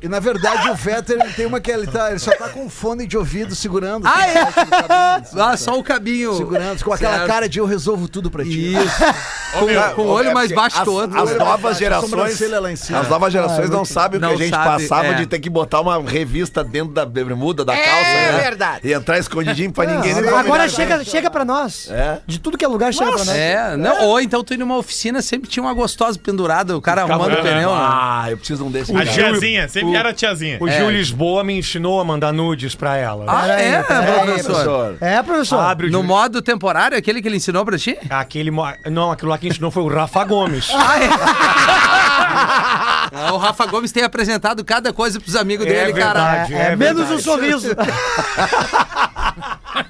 Speaker 8: E na verdade o Fetter ele tem uma que ele, tá, ele só tá com fone de ouvido segurando. assim,
Speaker 3: Ah, é?
Speaker 8: embaixo do cabinho, assim,
Speaker 3: Ah,
Speaker 8: sabe?
Speaker 3: só o cabinho.
Speaker 8: Segurando, com aquela
Speaker 3: Certo.
Speaker 8: cara de eu resolvo tudo pra ti.
Speaker 3: Isso. com, com o olho mais baixo
Speaker 4: as,
Speaker 3: que o outro.
Speaker 4: As novas
Speaker 8: A
Speaker 4: gerações.
Speaker 8: sobrancelha lá em cima.
Speaker 4: As novas gerações não sabem o que
Speaker 3: Não
Speaker 4: a gente
Speaker 3: sabe,
Speaker 4: passava
Speaker 3: é.
Speaker 4: de ter que botar uma revista dentro da bermuda, da calça.
Speaker 9: É
Speaker 4: né?
Speaker 9: verdade.
Speaker 4: E entrar escondidinho pra ninguém. nem
Speaker 7: Ah, é Agora
Speaker 4: dominar.
Speaker 7: chega, chega pra nós.
Speaker 4: É.
Speaker 7: De tudo que é lugar, chega pra nós.
Speaker 3: É, não, ou então tu ir numa oficina, sempre tinha uma gostosa pendurada, o cara arrumando o
Speaker 10: olhando.
Speaker 3: pneu. né?
Speaker 4: Ah, eu preciso de um desses.
Speaker 10: A
Speaker 4: cara.
Speaker 10: tiazinha, sempre era a tiazinha.
Speaker 6: O Gil Lisboa me ensinou a mandar nudes pra ela.
Speaker 3: Ah, é,
Speaker 4: É,
Speaker 3: professor?
Speaker 4: professor.
Speaker 7: É, professor.
Speaker 6: Abre o
Speaker 3: No
Speaker 6: Gil...
Speaker 3: modo temporário, aquele que ele ensinou pra ti?
Speaker 6: Aquele... mo- Não, aquilo lá que ensinou foi o Rafa Gomes.
Speaker 3: Ah, o Rafa Gomes tem apresentado cada coisa pros amigos
Speaker 6: É
Speaker 3: dele, cara.
Speaker 6: verdade, é
Speaker 7: Menos um
Speaker 6: verdade.
Speaker 7: sorriso.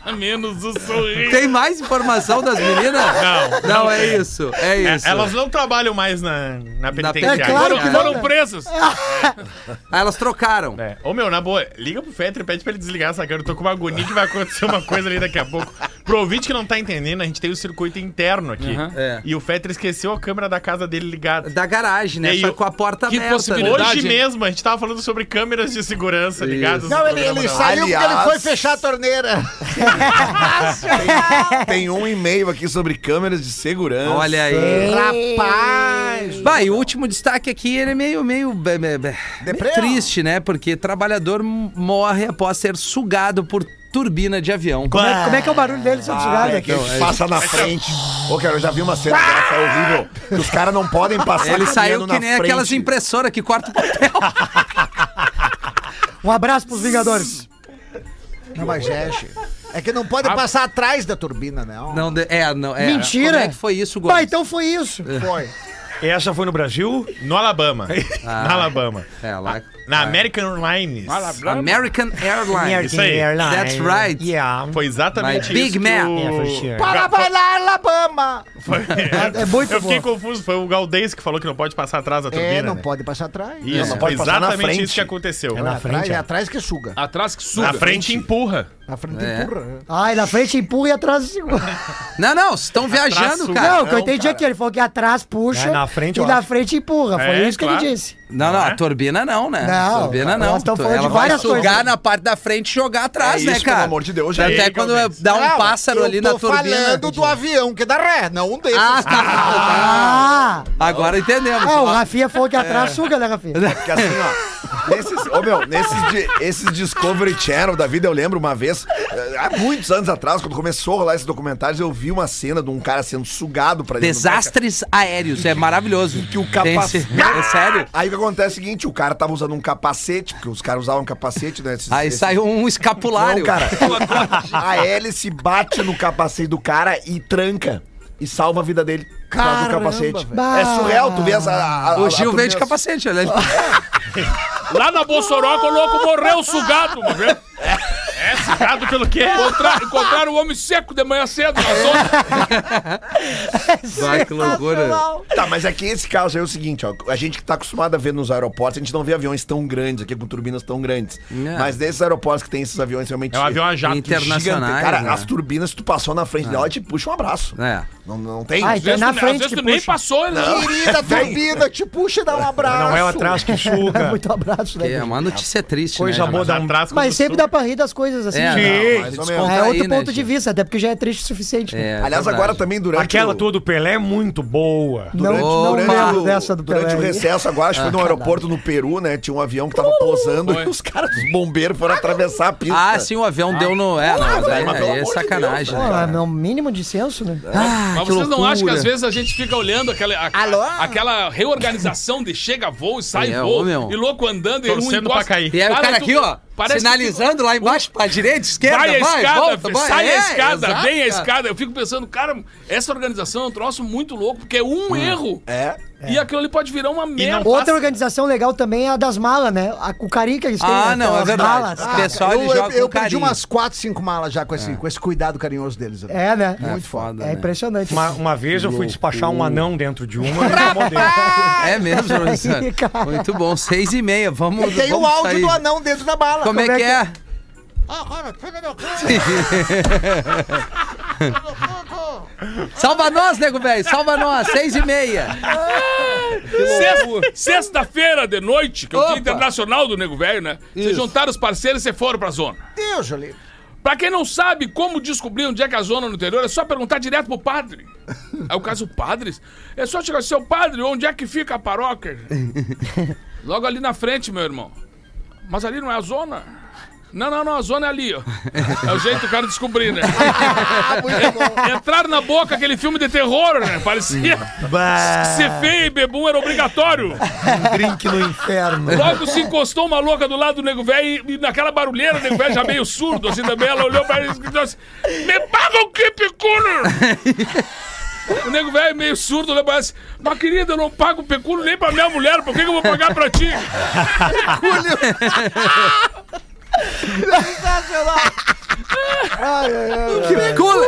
Speaker 5: É
Speaker 10: Menos o sorriso.
Speaker 3: Tem mais informação das meninas?
Speaker 10: Não,
Speaker 3: Não, é isso. É isso.
Speaker 10: Elas não trabalham mais na, na penitenciária.
Speaker 3: penitenciária.
Speaker 7: É claro
Speaker 11: Foram,
Speaker 7: que não,
Speaker 11: foram
Speaker 7: né?
Speaker 11: presas.
Speaker 3: Ah, elas trocaram.
Speaker 10: É. Ô meu, na boa, liga pro Fetter e pede pra ele desligar essa câmera. Eu tô com uma agonia que vai acontecer uma coisa ali daqui a pouco. Pro ouvinte que não tá entendendo, a gente tem o circuito interno aqui.
Speaker 11: Uhum.
Speaker 3: É.
Speaker 10: E o Fetter esqueceu a câmera da casa dele ligada.
Speaker 3: Da garagem, né?
Speaker 10: E aí,
Speaker 3: Só com a porta
Speaker 11: que
Speaker 3: aberta. né?
Speaker 11: possibilidade?
Speaker 10: Hoje
Speaker 11: verdade, hein?
Speaker 10: mesmo, a gente tava falando sobre câmeras de segurança ligadas.
Speaker 9: Não,
Speaker 10: no
Speaker 9: ele,
Speaker 10: programa
Speaker 9: ele
Speaker 10: da-
Speaker 9: saiu porque ele
Speaker 4: Aliás-
Speaker 9: foi fechar a torneira.
Speaker 4: Tem um e-mail aqui sobre câmeras de segurança.
Speaker 3: Olha aí.
Speaker 9: Rapaz.
Speaker 3: Vai, e o último destaque aqui, ele é meio, meio, be- be- be- meio triste, né? Porque trabalhador m- morre após ser sugado por turbina de avião.
Speaker 7: Como é, como é que é o barulho dele sendo
Speaker 4: Ah,
Speaker 7: sugado
Speaker 4: é que
Speaker 7: aqui?
Speaker 3: então,
Speaker 4: ele passa na frente. Ô, cara, eu já vi uma cena que ela saiu horrível. que Os caras não podem passar
Speaker 3: Ele saiu
Speaker 4: caminhando
Speaker 3: que
Speaker 4: tá na
Speaker 3: nem aquelas
Speaker 4: frente.
Speaker 3: impressoras que cortam o papel.
Speaker 7: Um abraço pros Vingadores.
Speaker 9: Não, mas é, che- é que não pode passar atrás da turbina, né? Ó,
Speaker 3: Ah. Não, de- é, não, é.
Speaker 7: Mentira.
Speaker 3: Como é que foi isso, Gomes?
Speaker 7: Bah, então foi isso.
Speaker 3: É.
Speaker 9: Foi.
Speaker 6: Essa foi no Brasil?
Speaker 10: No Alabama. no Alabama.
Speaker 3: É, lá...
Speaker 10: Na American Airlines.
Speaker 3: American Airlines.
Speaker 10: Isso aí.
Speaker 6: Airline.
Speaker 3: Ah, That's right.
Speaker 6: Yeah.
Speaker 10: Foi exatamente
Speaker 3: My big
Speaker 10: isso.
Speaker 3: man.
Speaker 10: Que o...
Speaker 6: Yeah, for sure.
Speaker 9: Para
Speaker 8: Ah,
Speaker 9: bailar, Alabama!
Speaker 10: Foi-
Speaker 7: É muito
Speaker 10: Eu fiquei
Speaker 7: bom.
Speaker 10: confuso. Foi o Galdês que falou que não pode passar atrás da turbina.
Speaker 9: É, não
Speaker 10: né?
Speaker 9: pode passar atrás.
Speaker 10: Isso,
Speaker 4: não
Speaker 10: foi
Speaker 4: pode passar na
Speaker 10: exatamente
Speaker 4: frente.
Speaker 10: isso que aconteceu.
Speaker 6: É na
Speaker 9: Atrás,
Speaker 6: frente.
Speaker 9: é
Speaker 6: ó.
Speaker 9: atrás que suga.
Speaker 11: Atrás que suga.
Speaker 10: Na frente empurra.
Speaker 8: Na frente
Speaker 3: É.
Speaker 8: empurra. né?
Speaker 7: Ai, na frente empurra e atrás segura.
Speaker 3: Não, não, vocês estão viajando, cara.
Speaker 7: Não, o que eu entendi aqui, ele falou que atrás puxa
Speaker 3: É, na frente,
Speaker 7: e
Speaker 3: eu
Speaker 7: na
Speaker 3: acho.
Speaker 7: frente empurra. Foi
Speaker 3: É,
Speaker 7: isso que
Speaker 3: claro.
Speaker 7: ele disse.
Speaker 3: Não, não, a turbina não, né?
Speaker 7: Não,
Speaker 3: a turbina não.
Speaker 7: nós estamos falando
Speaker 3: Ela
Speaker 7: de
Speaker 3: vai
Speaker 7: várias
Speaker 3: sugar
Speaker 7: coisas.
Speaker 3: na parte da frente e jogar atrás,
Speaker 9: É
Speaker 3: né,
Speaker 9: isso,
Speaker 3: cara?
Speaker 9: pelo amor de Deus,
Speaker 3: Tanto
Speaker 9: é
Speaker 3: é
Speaker 9: ele que
Speaker 3: quando
Speaker 9: obedece.
Speaker 3: dá um
Speaker 9: Não,
Speaker 3: pássaro
Speaker 9: eu
Speaker 3: ali na
Speaker 9: tô
Speaker 3: turbina.
Speaker 9: falando do avião
Speaker 8: é
Speaker 9: que dá ré, não um desses.
Speaker 3: Ah, tá.
Speaker 7: Ah!
Speaker 3: Agora entendemos.
Speaker 7: Ah, o Rafinha falou que
Speaker 3: É.
Speaker 7: atrás suga, né, Rafinha?
Speaker 4: Porque assim, ó. Nesses, ô, meu, nesses, di- esses Discovery Channel da vida, eu lembro uma vez, eh, há muitos anos atrás, quando começou a rolar esses documentários, eu vi uma cena de um cara sendo sugado pra dentro do
Speaker 3: Desastres aéreos, é maravilhoso. Que o
Speaker 4: capacete.
Speaker 3: É sério?
Speaker 4: Aí o que acontece é o seguinte: o cara tava usando um capacete, porque os caras usavam capacete, né? esses-
Speaker 3: Aí
Speaker 4: esses-
Speaker 3: saiu um escapulário.
Speaker 4: Não, cara. a hélice bate no capacete do cara e tranca. E salva a vida dele por causa do
Speaker 3: Caramba,
Speaker 4: capacete.
Speaker 3: velho.
Speaker 4: É surreal, tu vê essa. a- a-
Speaker 3: o
Speaker 4: a-
Speaker 3: Gil veio
Speaker 4: tu vê
Speaker 3: de
Speaker 4: essa-
Speaker 3: capacete, olha.
Speaker 5: Lá na Bolsoró, o louco morreu sugado, morreu. É, sugado pelo quê? Encontra- encontraram o homem seco de manhã cedo na zona.
Speaker 3: Vai, que loucura.
Speaker 7: Ah,
Speaker 4: Tá, mas aqui esse caso aí é o seguinte, ó. A gente que tá acostumado a ver nos aeroportos, a gente não vê aviões tão grandes aqui, com turbinas tão grandes. Mas nesses aeroportos que tem esses aviões realmente.
Speaker 10: É um avião a jato.
Speaker 6: Então,
Speaker 4: Gigante.
Speaker 10: Internacionais,
Speaker 4: Cara,
Speaker 10: né?
Speaker 4: as turbinas, tu passou na frente dela, ela te puxa um abraço.
Speaker 3: É.
Speaker 4: Não, não tem.
Speaker 7: Ah, então é na frente que puxa.
Speaker 5: né?
Speaker 4: Não.
Speaker 9: Querida turbina, te puxa e dá um abraço.
Speaker 6: Não é o atraso que suga.
Speaker 7: Muito abraço, né?
Speaker 3: É uma notícia triste,
Speaker 6: Coisa
Speaker 3: né?
Speaker 6: boa
Speaker 3: cara?
Speaker 6: dar um atraso.
Speaker 7: Mas sempre dá pra rir das coisas assim.
Speaker 3: É,
Speaker 7: né?
Speaker 3: não, mas descontrair,
Speaker 7: É outro
Speaker 3: né,
Speaker 7: ponto de
Speaker 3: gente?
Speaker 7: vista, até porque já é triste o suficiente.
Speaker 3: É,
Speaker 7: né?
Speaker 4: Aliás, agora também durante.
Speaker 6: Aquela
Speaker 4: o-
Speaker 6: tua do Pelé é muito boa.
Speaker 4: Durante,
Speaker 7: Não- não
Speaker 4: durante
Speaker 7: lembro
Speaker 4: o,
Speaker 7: dessa do
Speaker 4: durante
Speaker 7: Pelé
Speaker 4: o
Speaker 7: aí.
Speaker 4: recesso, agora acho que foi num aeroporto no Peru, né? Tinha um avião que tava pousando e os caras, os bombeiros, foram atravessar a pista.
Speaker 5: tá-
Speaker 3: Ah, sim, o avião deu no. É, não, daí-
Speaker 4: mas pelo
Speaker 3: aí é
Speaker 4: amor de
Speaker 3: sacanagem.
Speaker 7: Pô,
Speaker 3: né, cara?
Speaker 7: é o mínimo de senso, né?
Speaker 3: Ah,
Speaker 5: Mas
Speaker 3: que
Speaker 5: vocês não acham que
Speaker 3: loucura.
Speaker 5: às vezes a gente fica olhando aquela, a- aquela reorganização de chega voo e sai
Speaker 3: É, ô,
Speaker 5: voo
Speaker 3: meu.
Speaker 5: e louco andando e um
Speaker 10: Torcendo pra
Speaker 5: encosta-
Speaker 10: cair.
Speaker 3: E aí o
Speaker 5: Cara,
Speaker 3: cara
Speaker 5: tu-
Speaker 3: aqui, ó,
Speaker 5: parece que
Speaker 3: sinalizando lá embaixo, pra direita, esquerda,
Speaker 5: Vai a
Speaker 3: vai,
Speaker 5: escada,
Speaker 3: volta, vai.
Speaker 5: sai
Speaker 3: É,
Speaker 5: a escada,
Speaker 3: exato,
Speaker 5: vem a
Speaker 3: cara.
Speaker 5: escada. Eu fico pensando, cara, essa organização é um troço muito louco, porque é
Speaker 3: Hum,
Speaker 5: um erro.
Speaker 4: É.
Speaker 5: E aquilo ali pode virar uma merda.
Speaker 7: Outra organização legal também é a das malas, né? A cucarica que eles têm.
Speaker 3: Ah,
Speaker 7: né?
Speaker 3: não, é
Speaker 7: Aquelas
Speaker 3: verdade.
Speaker 7: malas,
Speaker 3: O
Speaker 7: cara.
Speaker 3: pessoal
Speaker 9: Eu,
Speaker 3: ele joga
Speaker 9: eu,
Speaker 3: com
Speaker 9: eu perdi
Speaker 3: carinho.
Speaker 9: umas 4, 5 malas já com esse, com esse cuidado carinhoso deles. É.
Speaker 7: É, né?
Speaker 3: É foda,
Speaker 7: É
Speaker 3: né?
Speaker 7: impressionante.
Speaker 6: Uma, uma vez eu fui despachar um anão dentro de uma e chamou dele.
Speaker 3: É mesmo, Luciano.
Speaker 7: Aí, cara.
Speaker 3: Muito bom, seis e meia, vamos
Speaker 9: Tem
Speaker 3: É,
Speaker 9: o
Speaker 3: vamos
Speaker 9: áudio
Speaker 3: sair.
Speaker 9: do anão dentro da bala.
Speaker 3: Como, é que é?
Speaker 9: Ah,
Speaker 3: é? Salva nós, nego velho, salva nós, seis e meia.
Speaker 5: Sexta- Sexta-feira de noite, que é o
Speaker 3: Opa.
Speaker 5: Dia Internacional do Nego Velho, né? Vocês juntaram os parceiros e foram pra zona.
Speaker 9: Deus, Jolie.
Speaker 5: Pra quem não sabe como descobrir onde é que é a zona no interior, é só perguntar direto pro padre. É o caso padres. É só chegar seu padre, onde é que fica a paróquia? Logo ali na frente, meu irmão. Mas ali não é a zona? Não, não, não, a zona é ali, ó. É o jeito que o cara descobrir, né? Entraram na boca aquele filme de terror, né? Parecia que ser feio e bebum era obrigatório.
Speaker 8: Drink no inferno.
Speaker 5: Logo se encostou uma louca do lado do nego velho e, e naquela barulheira, o nego velho já meio surdo, assim também, ela olhou pra ele e gritou assim: Me paga um keep cooler! O nego velho meio surdo, olhou pra ela assim: Mas querida, eu não pago peculho nem pra minha mulher, por que, que eu vou pagar pra ti?
Speaker 3: Que cula.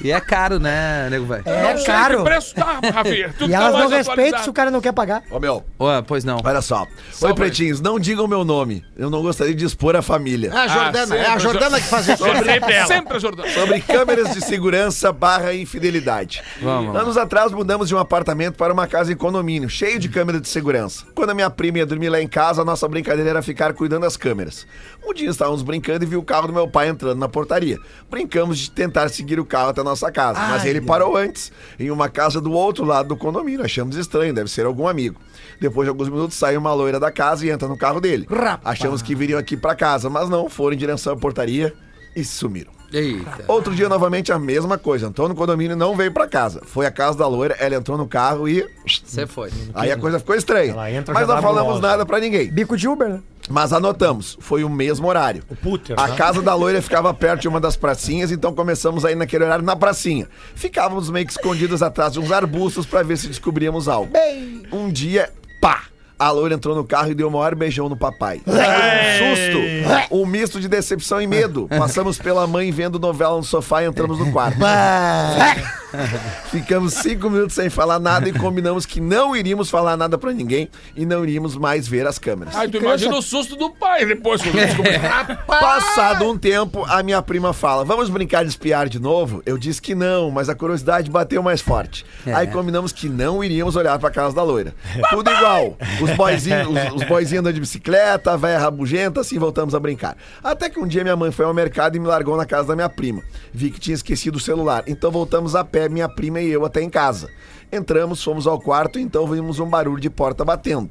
Speaker 3: E é caro, né, nego velho?
Speaker 7: É
Speaker 5: Sei
Speaker 7: caro.
Speaker 5: Que preço tá, Rafinha? Tu que
Speaker 7: E
Speaker 5: tá
Speaker 7: elas não
Speaker 5: mais
Speaker 7: respeitam
Speaker 5: atualizado.
Speaker 7: se o cara não quer pagar.
Speaker 4: Ô, meu,
Speaker 3: Ué, pois não.
Speaker 4: olha só. Oi, pretinhos, não digam meu nome. Eu não gostaria de expor a família.
Speaker 9: É a Jordana, é
Speaker 5: Ah, sempre,
Speaker 9: a Jordana que faz isso.
Speaker 10: Sempre ela.
Speaker 5: Sempre a Jordana.
Speaker 4: sobre câmeras de segurança barra infidelidade.
Speaker 3: Vamos lá.
Speaker 4: Anos atrás mudamos de um apartamento para uma casa em condomínio, cheio de câmeras de segurança. Quando a minha prima ia dormir lá em casa, a nossa brincadeira era ficar cuidando das câmeras. Um dia estávamos brincando e vi o carro do meu pai entrando na portaria. Brincamos de tentar seguir o carro até a nossa casa, mas ele parou antes, em uma casa do outro lado do condomínio. Achamos estranho, deve ser algum amigo. Depois de alguns minutos, sai uma loira da casa e entra no carro dele. Achamos que viriam aqui para casa, mas não, foram em direção à portaria e sumiram.
Speaker 3: Eita.
Speaker 4: Outro dia, novamente, a mesma coisa. Entrou no condomínio e não veio pra casa. Foi a casa da loira, ela entrou no carro e.
Speaker 3: Você foi.
Speaker 4: Aí a coisa ficou estranha.
Speaker 6: Ela entra,
Speaker 4: Mas
Speaker 6: já
Speaker 4: não
Speaker 6: dá
Speaker 4: falamos
Speaker 6: gulosa.
Speaker 4: nada pra ninguém.
Speaker 7: Bico de Uber, né?
Speaker 4: Mas anotamos, foi o mesmo horário.
Speaker 6: Puter,
Speaker 4: A
Speaker 6: né?
Speaker 4: casa da loira ficava perto de uma das pracinhas, então começamos aí naquele horário na pracinha. Ficávamos meio que escondidos atrás de uns arbustos pra ver se descobríamos algo. Um dia, pá! A loira entrou no carro e deu o maior beijão no papai. Um susto! Um misto
Speaker 7: É,
Speaker 4: de decepção e medo. Passamos pela mãe vendo novela no sofá e entramos no quarto. Ficamos cinco minutos sem falar nada e combinamos que não iríamos falar nada pra ninguém e não iríamos mais ver as câmeras.
Speaker 5: Aí tu imagina o susto do pai depois quando Ah, descobriu.
Speaker 9: É.
Speaker 4: Passado um tempo, a minha prima fala: Vamos brincar de espiar de novo? Eu disse que não, mas a curiosidade bateu mais forte.
Speaker 3: É.
Speaker 4: Aí combinamos que não iríamos olhar pra casa da loira. Tudo igual. Os boizinhos os, os boyzinhos andam de bicicleta, a véia rabugenta, assim voltamos a brincar. Até que um dia minha mãe foi ao mercado e me largou na casa da minha prima. Vi que tinha esquecido o celular, então voltamos a pé, minha prima e eu até em casa. Entramos, fomos ao quarto, então vimos um barulho de porta batendo.